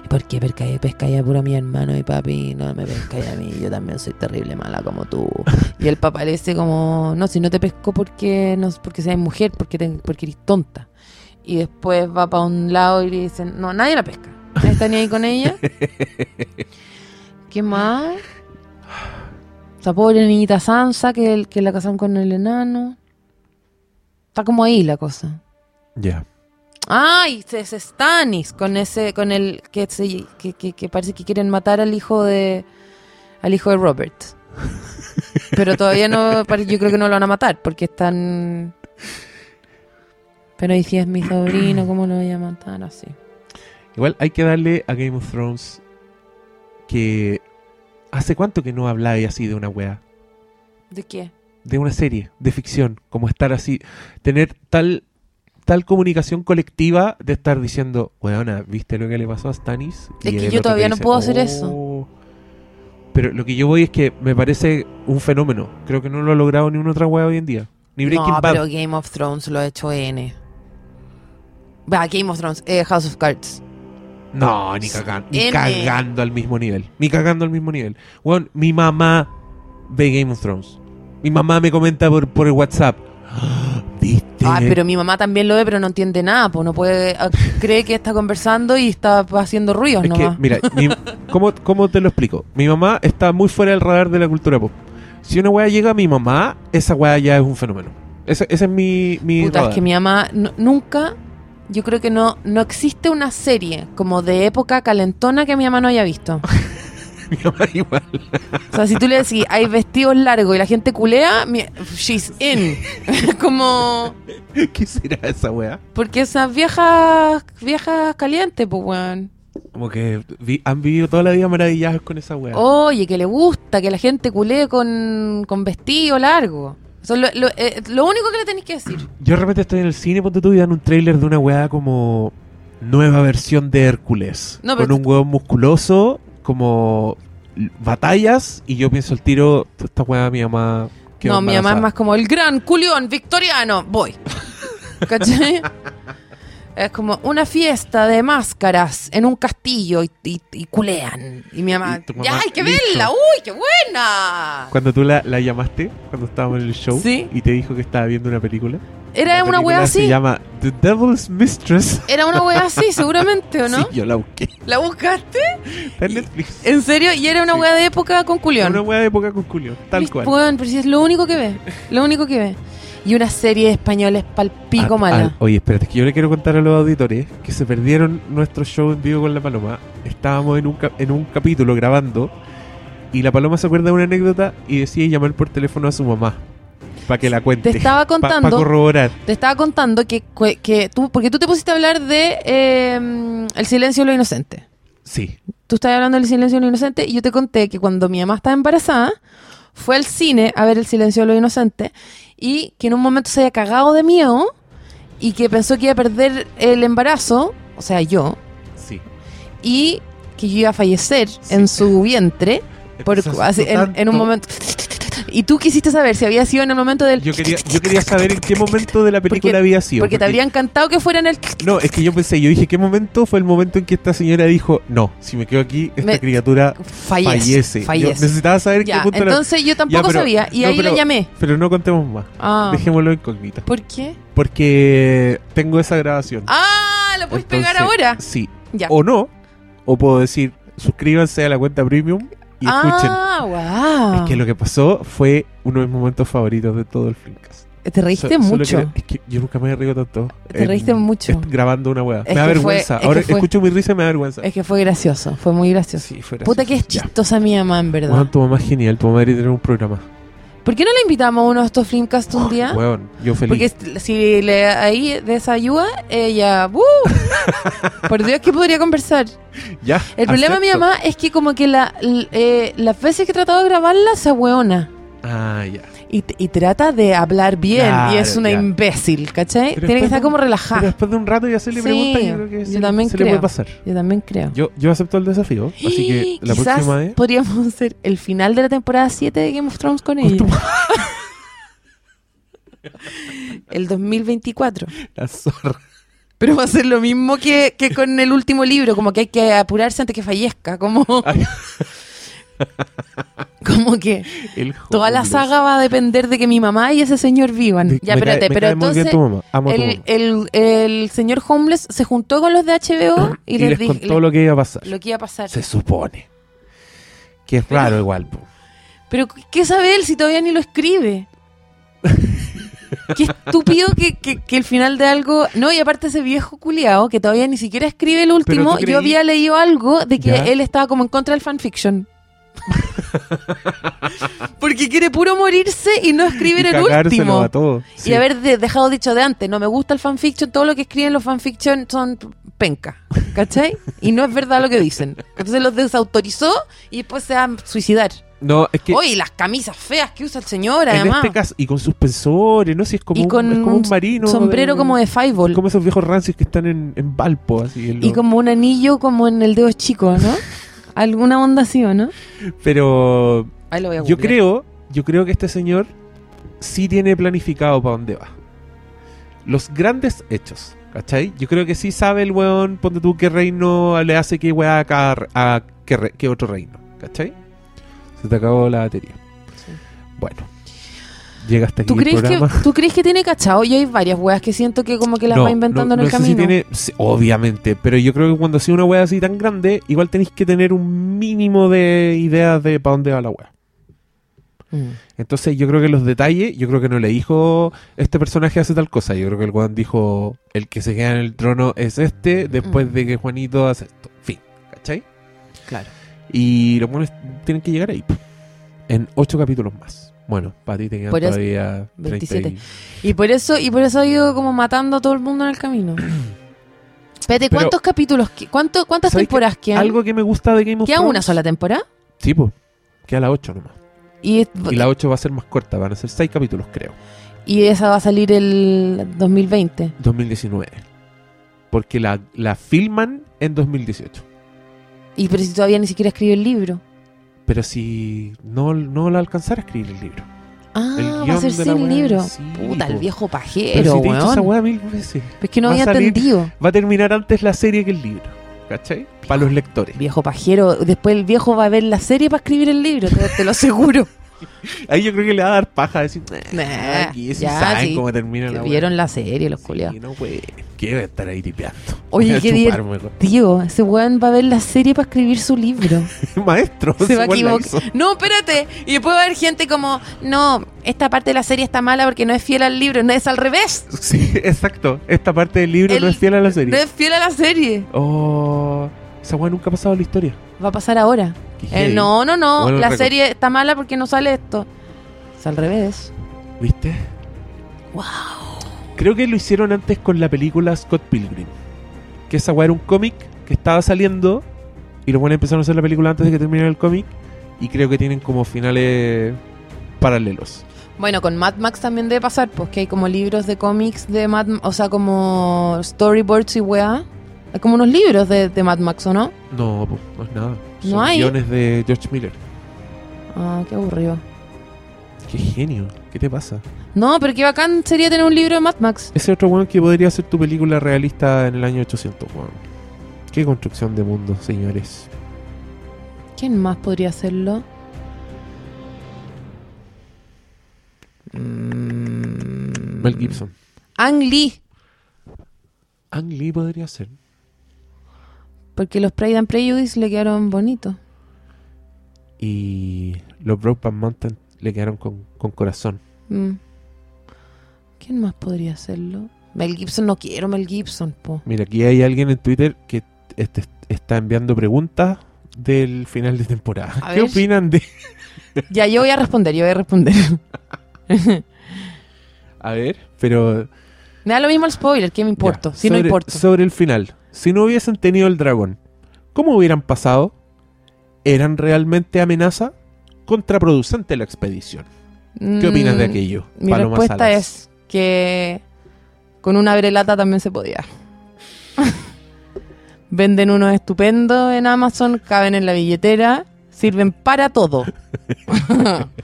¿Por qué pesca pesca ya puro a mi hermano y papi? No me pesca a mí. Yo también soy terrible mala como tú. Y el papá le dice, como. No, si no te pesco porque no porque seas mujer, porque, te- porque eres tonta. Y después va para un lado y le dicen, no, nadie la pesca. ¿Están ahí con ella? ¿Qué más? Esa pobre niñita Sansa que, el- que la casaron con el enano. Está como ahí la cosa. Ya. Ay, ese ese Stannis con ese, con el que, se- que, que- que parece que quieren matar al hijo de, al hijo de Robert. Pero todavía no, pare- yo creo que no lo van a matar porque están. Pero y si es mi sobrino, ¿cómo lo voy a matar así? Igual hay que darle a Game of Thrones que. ¿Hace cuánto que no habláis así de una weá? ¿De qué? De una serie, de ficción. Como estar así. Tener tal. Tal comunicación colectiva de estar diciendo, weona, ¿viste lo que le pasó a Stannis? Es que el yo otro te todavía no puedo hacer eso. "Oh". Pero lo que yo voy es que me parece un fenómeno. Creo que no lo ha logrado ni una otra weá hoy en día. Ni Breaking No, Bad. pero Game of Thrones lo ha hecho N. Va, Game of Thrones, eh, House of Cards. No, ni, cagan- ni N. cagando al mismo nivel. Ni cagando al mismo nivel. Weón, mi mamá ve Game of Thrones. Mi mamá me comenta por, por el WhatsApp. "Ah, ¿Viste? Ah, pero mi mamá también lo ve, pero no entiende nada, pues no puede. ah, Cree que está conversando y está haciendo ruidos es que, nomás. mira, mi- ¿cómo, ¿cómo te lo explico? Mi mamá está muy fuera del radar de la cultura pop. Si una weá llega a mi mamá, esa weá ya es un fenómeno. Ese, ese es mi, mi Puta, radar. es que mi mamá nu- nunca. Yo creo que no, no existe una serie como de época calentona que mi mamá no haya visto. Mi mamá igual. O sea, si tú le decís, hay vestidos largos y la gente culea, mi- she's in. como. ¿Qué será esa weá? Porque esas viejas, viejas calientes, pues, weón. Como que vi- han vivido toda la vida maravillados con esa Oh, weá. Oye, que le gusta que la gente culee con, con vestido largo. Eso es lo, lo- eh, lo único que le tenéis que decir. Yo de repente estoy en el cine, ponte tú y dan un tráiler de una weá como nueva versión de Hércules. No, con pero- un hueón musculoso, como l- batallas, y yo pienso el tiro, esta weá mi mamá... quedó no, mi mamá es embarazada". más como el gran culión victoriano. Voy. ¿Cachai? es como una fiesta de máscaras en un castillo y, y- y culean. Y mi mamá, Y tu "Ya, mamá, hay que listo. verla! ¡Uy, qué buena! Cuando tú la, la llamaste, cuando estábamos en el show, Sí. y te dijo que estaba viendo una película. Era la una película wea Se así. llama The Devil's Mistress. Era una wea así, seguramente, ¿o no? Sí, yo la busqué. ¿La buscaste? Está en Netflix. ¿En serio? Y era una Sí. wea de época con culión. Una weá de época con Julio, tal Viste, cual. weón, pero si es lo único que ve. Lo único que ve. Y una serie de españoles palpico Ah, mala. ah, oye, espérate, que yo le quiero contar a los auditores que se perdieron nuestro show en vivo con la Paloma. Estábamos en un, cap- en un capítulo grabando y la Paloma se acuerda de una anécdota y decide llamar por teléfono a su mamá para que la cuente. te estaba Para contando. corroborar. te estaba contando que, que- que tú. Porque tú te pusiste a hablar de. eh, el silencio de lo inocente. Sí. Tú estabas hablando del silencio de lo inocente y yo te conté que cuando mi mamá estaba embarazada. Fue al cine a ver El silencio de lo inocente y que en un momento se había cagado de miedo y que pensó que iba a perder el embarazo, o sea, yo, Sí. y que yo iba a fallecer en su vientre por- Entonces, así, en, tanto- en un momento. Y tú quisiste saber si había sido en el momento del. Yo quería, yo quería saber en qué momento de la película Porque- había sido. porque te habría encantado que fuera en el. No, es que yo pensé, yo dije, ¿qué momento fue el momento en que esta señora dijo, no, si me quedo aquí, esta Me- criatura Fallece. fallece? Yo Fallece. necesitaba saber en Ya, qué punto era- entonces yo tampoco Ya, pero- sabía. Y no, ahí pero- la llamé. Pero no contemos más. Ah. Dejémoslo incógnito. ¿Por qué? Porque tengo esa grabación. ¡Ah! ¿La puedes pegar Entonces, ahora? Sí. Oh, Ya. O no. O puedo decir, suscríbanse a la cuenta premium y escuchen. ¡Ah! ¡Wow! Es que lo que pasó fue uno de mis momentos favoritos de todo el Flinkcast. Te reíste So- solo mucho. quiero- es que yo nunca me he reído tanto. Te en- reíste mucho. es- Grabando una hueá. Es Me que da fue- vergüenza. es que Ahora fue- escucho mi risa y me da vergüenza. Es que fue gracioso. Fue muy gracioso. Sí, fue Puta gracioso. que es Ya. chistosa mi mamá, en verdad. Weón, tu mamá es genial. Tu mamá debería tener un programa. ¿Por qué no la invitamos a uno de estos Filmcast un día? Weón, yo feliz. Porque si- si le ahí de esa ayuda, ella. ¡uh! Por Dios, que podría conversar. ya. El problema de mi acepto. mamá es que, como que la, l- eh, las veces que he tratado de grabarla, se ahueona. Ah, ya. Y, t- y trata de hablar bien. y Claro, es una ya. imbécil, ¿cachai? Pero Tiene después que estar de- como Pero relajada. después de un rato y hacerle Sí, preguntas, yo creo que yo se, le- también se le creo. puede pasar. Yo también creo. Yo, yo acepto el desafío, así que la Quizás próxima vez. podríamos hacer el final de la temporada 7 de Game of Thrones con ella. el 2024. La zorra. Pero va a ser lo mismo que, que con el último libro, como que hay que apurarse antes que fallezca, como Ay, Como que El toda la homeless. saga va a depender de que mi mamá y ese señor vivan. De- ya, me espérate, cae- me pero cae muy bien entonces tu mamá. Amo a tu el, eh, mamá. el, el señor Homeless se juntó con los de HBO y, Ah, Y les, les dijo contó lo que iba a pasar. lo que iba a pasar. Se supone. Que es raro igual. po. Pero, ¿qué sabe él si todavía ni lo escribe? Qué estúpido que, que- que el final de algo... No, y aparte ese viejo culiao que todavía ni siquiera escribe el Pero último, tú creí- yo había leído algo de que Ya. él estaba como en contra del fanfiction. Porque quiere puro morirse y no escribir Y el cagárselo último. a todos. Sí. Y haber de- dejado dicho de antes, no me gusta el fanfiction, todo lo que escriben los fanfiction son penca, ¿cachai? Y no es verdad lo que dicen. Entonces los desautorizó y después se van a suicidar. No, es que Oye, las camisas feas que usa el señor, en además. este caso, y con suspensores, ¿no? Si es como, y un- con es como un un marino. eh, sombrero como de Es Fireball. Como esos viejos rancios que están en, en Valpo, así. en Y los- como un anillo como en el dedo chico, ¿no? Alguna onda así, ¿o no? Pero Ahí lo voy a yo googlear. creo, yo creo que este señor sí tiene planificado para dónde va. Los grandes hechos, ¿cachai? Yo creo que sí sabe el weón, ponte tú, qué reino le hace qué weá a, cada re- a qué, re- qué otro reino, ¿cachai? Se te acabó la batería. Sí. Bueno. Llega hasta aquí ¿Tú el crees, que, programa. ¿Tú crees que tiene cachado? Yo hay varias weas que siento que como que las va inventando no- en el no sé si camino. tiene- sí, obviamente, pero yo creo que cuando haces una wea así tan grande, igual tenéis que tener un mínimo de ideas de para dónde va la wea. Mm. Entonces yo creo que los detalles, yo creo que no le dijo este personaje hace tal cosa, yo creo que el Juan dijo el que se queda en el trono es este después Mm. de que Juanito hace esto. Fin, ¿cachai? Claro. Y los buenos tienen que llegar ahí. po. En ocho capítulos más. Bueno, para ti te quedan Por eso, todavía 27. 30 y- Y por eso, y por eso ha ido como matando a todo el mundo en el camino. Espérate, Pero- ¿cuántos capítulos? que- cuánto- ¿Cuántas ¿Sabes qué? temporadas quedan? Algo que me gusta de Game of ¿Queda Thrones- una sola temporada? Sí, pues. Queda la 8 nomás. Y, es- Y la 8 va a ser más corta, van a ser 6 capítulos, creo. y esa va a salir el 2020. 2019. Porque la, la filman en 2018. Y pero si todavía ni siquiera escribió el libro. Pero si no, no la alcanzar a escribir el libro. El Ah, va a guión ser de la sin weá, libro. sí, Puta, el po. viejo pajero, Pero si te he dicho esa weón. weá mil veces. Es que no va a había salir- entendido. Va a terminar antes la serie que el libro. ¿Cachai? Para los lectores. Viejo pajero. Después el viejo va a ver la serie para escribir el libro, te, te lo aseguro. Ahí yo creo que le va a dar paja a decir. "Nah, Nah, Ah, aquí sí Ah, ya, saben sí. cómo termina la weá". Vieron la serie, los Sí, culiados. no, güey. Quiero estar ahí tipeando. Oye, Voy a qué chupar, mejor. Tío, ese weón va a ver la serie para escribir su libro. Maestro. se va a ese weón la equivocar. hizo. No, espérate. Y después va a haber gente como, no, esta parte de la serie está mala porque no es fiel al libro, no es al revés. Sí, exacto. Esta parte del libro El- no es fiel a la serie. No es fiel a la serie. Oh, esa weá nunca ha pasado en la historia. Va a pasar ahora. Qué Eh, heavy. no, no, no. Bueno, la recor- serie está mala porque no sale esto. Es al revés. ¿Viste? Wow. Creo que lo hicieron antes con la película Scott Pilgrim. Que esa weá era un cómic que estaba saliendo y los buenos empezaron a hacer la película antes de que terminara el cómic. Y creo que tienen como finales paralelos. Bueno, con Mad Max también debe pasar, pues que hay como libros de cómics de Mad O sea, como storyboards y weá. Hay como unos libros de, de Mad Max, ¿o no? No, po, no es nada. Son No hay. guiones de George Miller. Ah, qué aburrido. Qué genio. ¿Qué te pasa? No, pero qué bacán sería tener un libro de Mad Max. Ese otro weón que podría ser tu película realista en el año 800, weón. Qué construcción de mundo, señores. ¿Quién más podría hacerlo? Mm. Mel Gibson. Ang Lee, Ang Lee podría ser. porque los Pride and Prejudice le quedaron bonitos. Y los Brokeback Mountain le quedaron con, con corazón. Mm. ¿Quién más podría hacerlo? Mel Gibson, no quiero Mel Gibson, po. Mira, aquí hay alguien en Twitter que este, está enviando preguntas del final de temporada. A ¿Qué ver. opinan de...? Ya, yo voy a responder, yo voy a responder. A ver, pero... Me da lo mismo el spoiler, ¿qué me importa? ya, Si no sobre- importa. Sobre el final. Si no hubiesen tenido el dragón, ¿cómo hubieran pasado? ¿Eran realmente amenaza? Contraproducente la expedición. ¿Qué opinas de aquello? Mm, Mi respuesta es que con una brelata también se podía. Venden unos estupendos en Amazon, caben en la billetera, sirven para todo.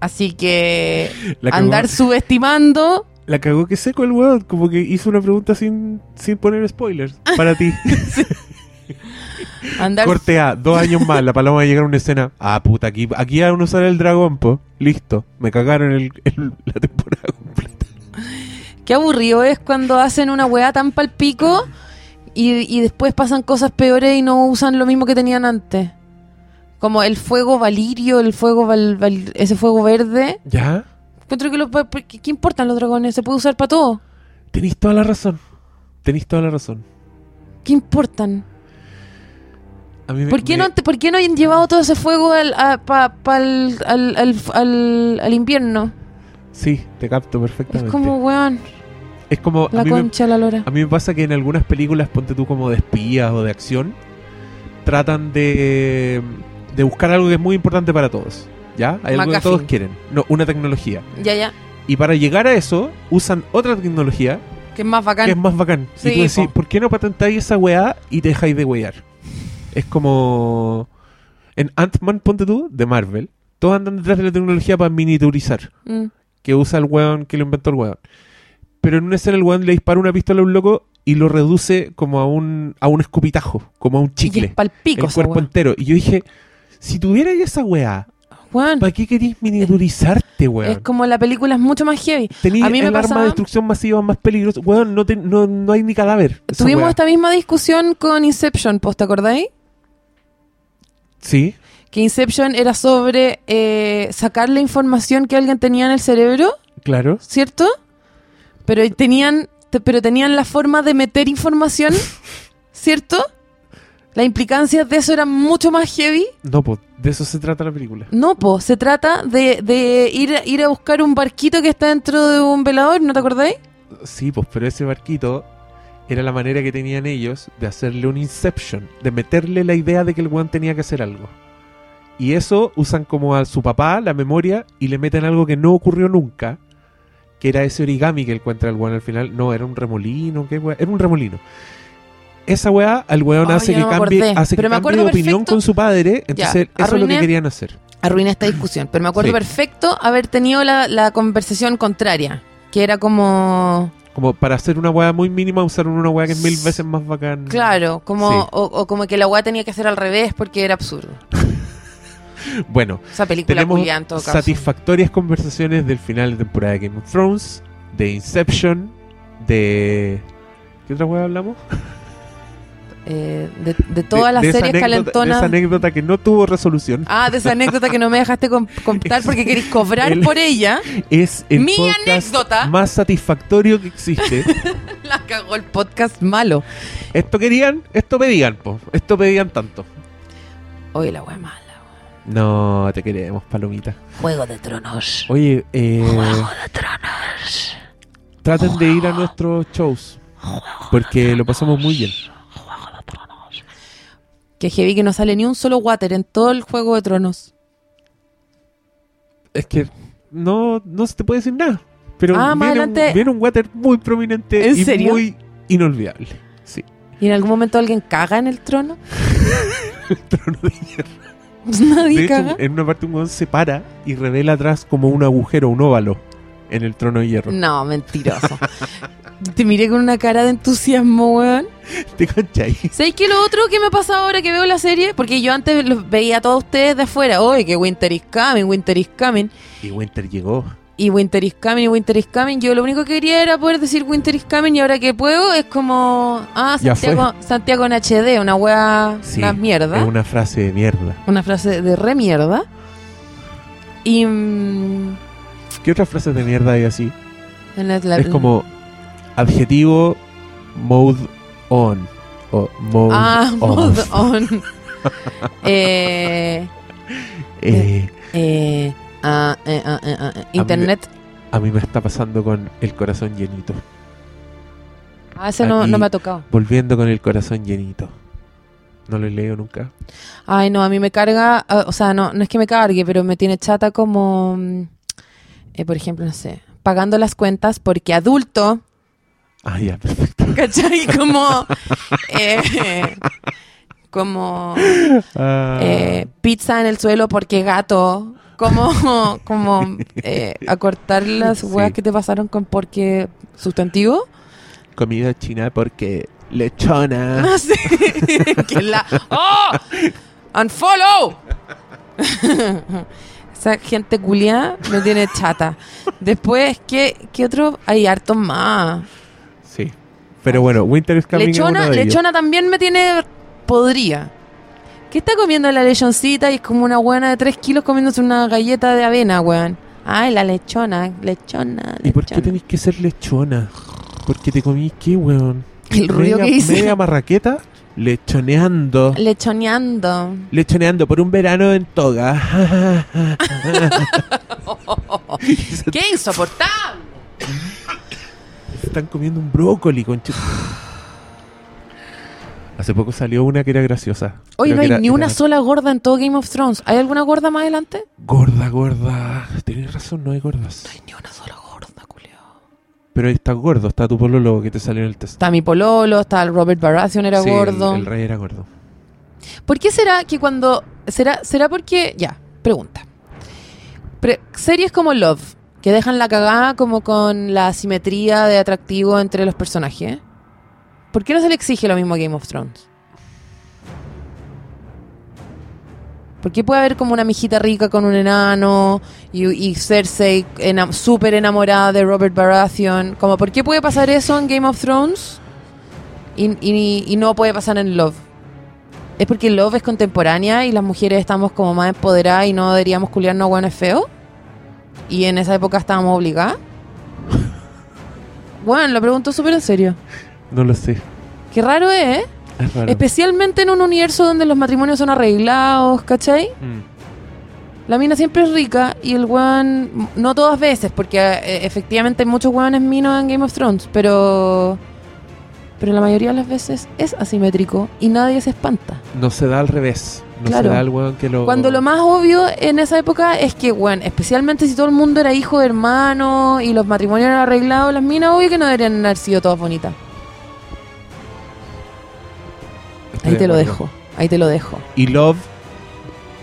Así que La cagó, andar subestimando la cagó que seco el weón, como que hizo una pregunta sin, sin poner spoilers para ti. Andar Corte A, dos años más, la paloma va a llegar a una escena. Ah, puta, aquí, aquí van a usar el dragón, po. Listo. Me cagaron el, el- la temporada completa. Qué aburrido es cuando hacen una weá tan palpico y, y después pasan cosas peores y no usan lo mismo que tenían antes. Como el fuego valirio, el fuego val- val- ese fuego verde. ¿Ya? Encuentro que los, pa- pa- ¿qué, qué importan los dragones? Se puede usar para todo. Tenéis toda la razón. Tenéis toda la razón. ¿Qué importan? A mí me- ¿Por qué, me- no, te- ¿Por qué no han llevado todo ese fuego al, a- pa- pa'l- al, al- al- al invierno? Sí, te capto Es perfectamente. como, weón, Es como a la mí me, concha, de la lora. A mí me pasa que en algunas películas, ponte tú como de espías o de acción, tratan de, de buscar algo que es muy importante para todos. ¿Ya? Hay algo que McGuffin. todos quieren. No, una tecnología. Ya, ya. Y para llegar a eso, usan otra tecnología Que es más bacán. que es más bacán. Sí, y tú decís, po. ¿por qué no patentáis esa weá y te dejáis de wear? Es como. En Ant-Man, ponte tú, de Marvel, todos andan detrás de la tecnología para miniaturizar Mm. que usa el weón, que lo inventó el weón. Pero en una escena el weón le dispara una pistola a un loco y lo reduce como a un, a un escupitajo, como a un Y es chicle. palpico el esa cuerpo weá. entero. Y yo dije, si tuvierais esa weá, Weón. ¿para qué querís miniaturizarte, weón? Es como la película es mucho más heavy. Tení a mí el me arma pasaba- de destrucción masiva más peligrosa. Weón, no, te- no, no hay ni cadáver. esa Tuvimos weá. esta misma discusión con Inception, ¿pues te acordáis? Sí, Que Inception era sobre eh, sacar la información que alguien tenía en el cerebro, claro. ¿cierto? Pero tenían, te- pero tenían la forma de meter información, ¿cierto? Las implicancias de eso eran mucho más heavy. No, pues, de eso se trata la película. No, pues, se trata de, de ir, ir a buscar un barquito que está dentro de un velador, ¿no te acordáis? Sí, pues, pero ese barquito era la manera que tenían ellos de hacerle un inception, de meterle la idea de que el weón tenía que hacer algo. Y eso usan como a su papá, la memoria, y le meten algo que no ocurrió nunca, que era ese origami que encuentra el weón al final. No, era un remolino, ¿qué weá? Era un remolino. Esa weá al weón Ay, hace ya que no me cambie, acordé, hace que pero me cambie de acuerdo opinión perfecto. con su padre, entonces eso es lo que arruiné- querían hacer. arruiné esta discusión, pero me acuerdo Sí. perfecto haber tenido la, la conversación contraria, que era como, Como para hacer una weá muy mínima, usaron una weá que es mil veces más bacán. claro, como Sí. o, o como que la weá tenía que hacer al revés porque era absurdo. Bueno, Esa película tenemos culiá en todo caso. satisfactorias conversaciones del final de temporada de Game of Thrones, de Inception, de... ¿Qué otra hueá hablamos? Eh, de, de todas De- las de esa series anécdota- De calentonas. esa anécdota que no tuvo resolución. Ah, de esa anécdota que no me dejaste com- contar porque querés cobrar El- por ella. Es el Mi podcast anécdota. más satisfactorio que existe. La cagó el podcast malo. esto querían, esto pedían, po. esto pedían tanto. Oye, la weá mala. No, te queremos, palomita. Juego de tronos. Oye, eh, Juego de tronos. traten de ir a nuestros shows, porque lo pasamos muy bien. Que heavy que no sale ni un solo water en todo el Juego de Tronos. Es que no, no se te puede decir nada. Pero Ah, más viene, un, adelante. viene un water muy prominente ¿En y serio? muy inolvidable. Sí, ¿Y en algún momento alguien caga en el trono? Pues el trono de hierro. Nadie De hecho, eh, caga. en una parte un weón se para y revela atrás como un agujero, un óvalo en el trono de hierro. No, mentiroso. Te miré con una cara de entusiasmo, weón. ¿Te cachai? ¿Sabéis qué lo otro que me pasa ahora que veo la serie? Porque yo antes los veía a todos ustedes de afuera. Oye, que Winter is coming, Winter is coming. Y Winter llegó. Y Winter is coming, y Winter is coming. Yo lo único que quería era poder decir Winter is coming. Y ahora que puedo, es como. Ah, Ya Santiago, Santiago en HD, una weá. Sí, una mierda. Es una frase de mierda. Una frase de re mierda. Y. mm, ¿Qué otras frases de mierda hay así? en la- la- Es como adjetivo mode on. O mode Ah, off. move on. eh, Eh, eh, ah, eh, ah, eh, ah, eh. Internet. a mí me está pasando con el corazón llenito. Ah, ese no, aquí- no me ha tocado. Volviendo con el corazón llenito. No lo he leído nunca. Ay, no, a mí me carga, ah, o sea, no, no es que me cargue, pero me tiene chata como, mm, eh, por ejemplo, no sé, pagando las cuentas porque adulto, Ah, ya, perfecto. ¿cachai? Como, eh, como Ah, eh, pizza en el suelo porque gato, como, como eh, acortar las Sí. weas que te pasaron con porque sustantivo. Comida Ah, china porque Lechona. No sé. que la. ¡Oh! ¡Unfollow! Esa gente culiada me tiene chata. Después, ¿qué, qué otro? Hay hartos más. Sí. Pero bueno, Winter is Coming es Lechona, uno de ellos. lechona también me tiene. Podría. ¿Qué está comiendo la lechoncita? Y es como una buena de 3 kilos comiéndose una galleta de avena, weón. Ay, la lechona, lechona. ¿Y por qué lechona. tenéis que ser lechona? Porque te comí qué, weón. El ruido media, que hice. Media marraqueta, lechoneando. Lechoneando. lechoneando por un verano en toga. ¡Qué insoportable! Están comiendo un brócoli, concha. Hace poco salió una que era graciosa. Oye, Creo no que hay era- ni era una sola gorda en todo Game of Thrones. ¿Hay alguna gorda más adelante? Gorda, gorda. Tienes razón, no hay gordas. Ni una sola gorda, culiao. Pero está gordo, está tu polólogo que te salió en el test. Está mi pololo, está el Robert Baratheon, era Sí, el- gordo. El, rey era gordo. ¿Por qué será que cuando... Será, será porque... Ya, pregunta. Pre- series como Love, que dejan la cagada como con la asimetría de atractivo entre los personajes. ¿Por qué no se le exige lo mismo a Game of Thrones? ¿Por qué puede haber como una mijita rica con un enano y, y Cersei ena- súper enamorada de Robert Baratheon? Como, ¿Por qué puede pasar eso en Game of Thrones y, y- y no puede pasar en Love? ¿Es porque Love es contemporánea y las mujeres estamos como más empoderadas y no deberíamos culiarnos bueno es feo? Y en esa época estábamos obligadas. Bueno, lo pregunto súper en serio. No lo sé. Qué raro es, ¿eh? Es raro. Especialmente en un universo donde los matrimonios son arreglados, ¿cachai? Mm. La mina siempre es rica y el weón. No todas veces, porque eh, efectivamente hay muchos weones minos en Game of Thrones, pero. Pero la mayoría de las veces es asimétrico y nadie se espanta. No se da al revés. No Claro. se da al weón que lo. Cuando lo más obvio en esa época es que, bueno, especialmente si todo el mundo era hijo de hermano y los matrimonios eran arreglados, las minas, obvio que no deberían haber sido todas bonitas. Estoy Ahí de te lo acuerdo. dejo, ahí te lo dejo. Y Love.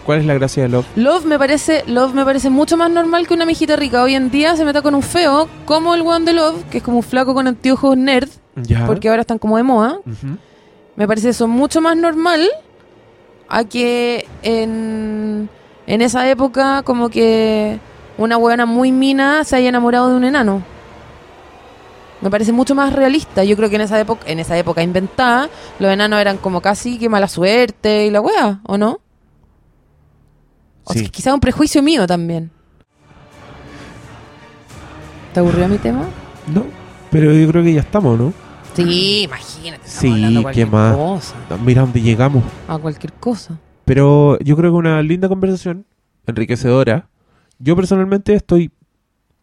¿Cuál es la gracia de Love? Love me parece, Love me parece mucho más normal que una mijita rica. Hoy en día se meta con un feo, como el weón de Love, que es como un flaco con anteojos nerd, Ya. porque ahora están como de moda. Ujú. Me parece eso mucho más normal a que en, en esa época como que una huevona muy mina se haya enamorado de un enano. Me parece mucho más realista. Yo creo que en esa época, en esa época inventada, los enanos eran como casi que mala suerte y la hueá, ¿o no? O Sí. sea, quizás un prejuicio mío también. ¿Te aburrió mi tema? No. Pero yo creo que ya estamos, ¿no? Sí, imagínate. estamos Sí, hablando de ¿qué cualquier más? cosa, Mira dónde llegamos. a cualquier cosa. Pero yo creo que una linda conversación, enriquecedora. Yo personalmente estoy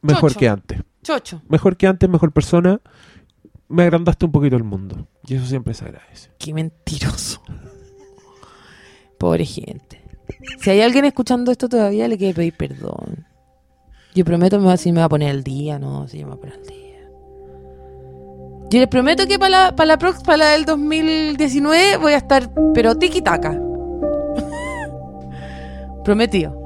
mejor Chocho. que antes. Chocho. Mejor que antes, mejor persona. Me agrandaste un poquito el mundo. Y eso siempre se agradece. Qué mentiroso. Pobre gente. Si hay alguien escuchando esto todavía, le quiero pedir perdón. Yo prometo me va, si me va a poner al día, no, si me va a poner al día. Yo les prometo que para la, para la, prox- para la del 2019 voy a estar, pero tiki-taka. Prometido.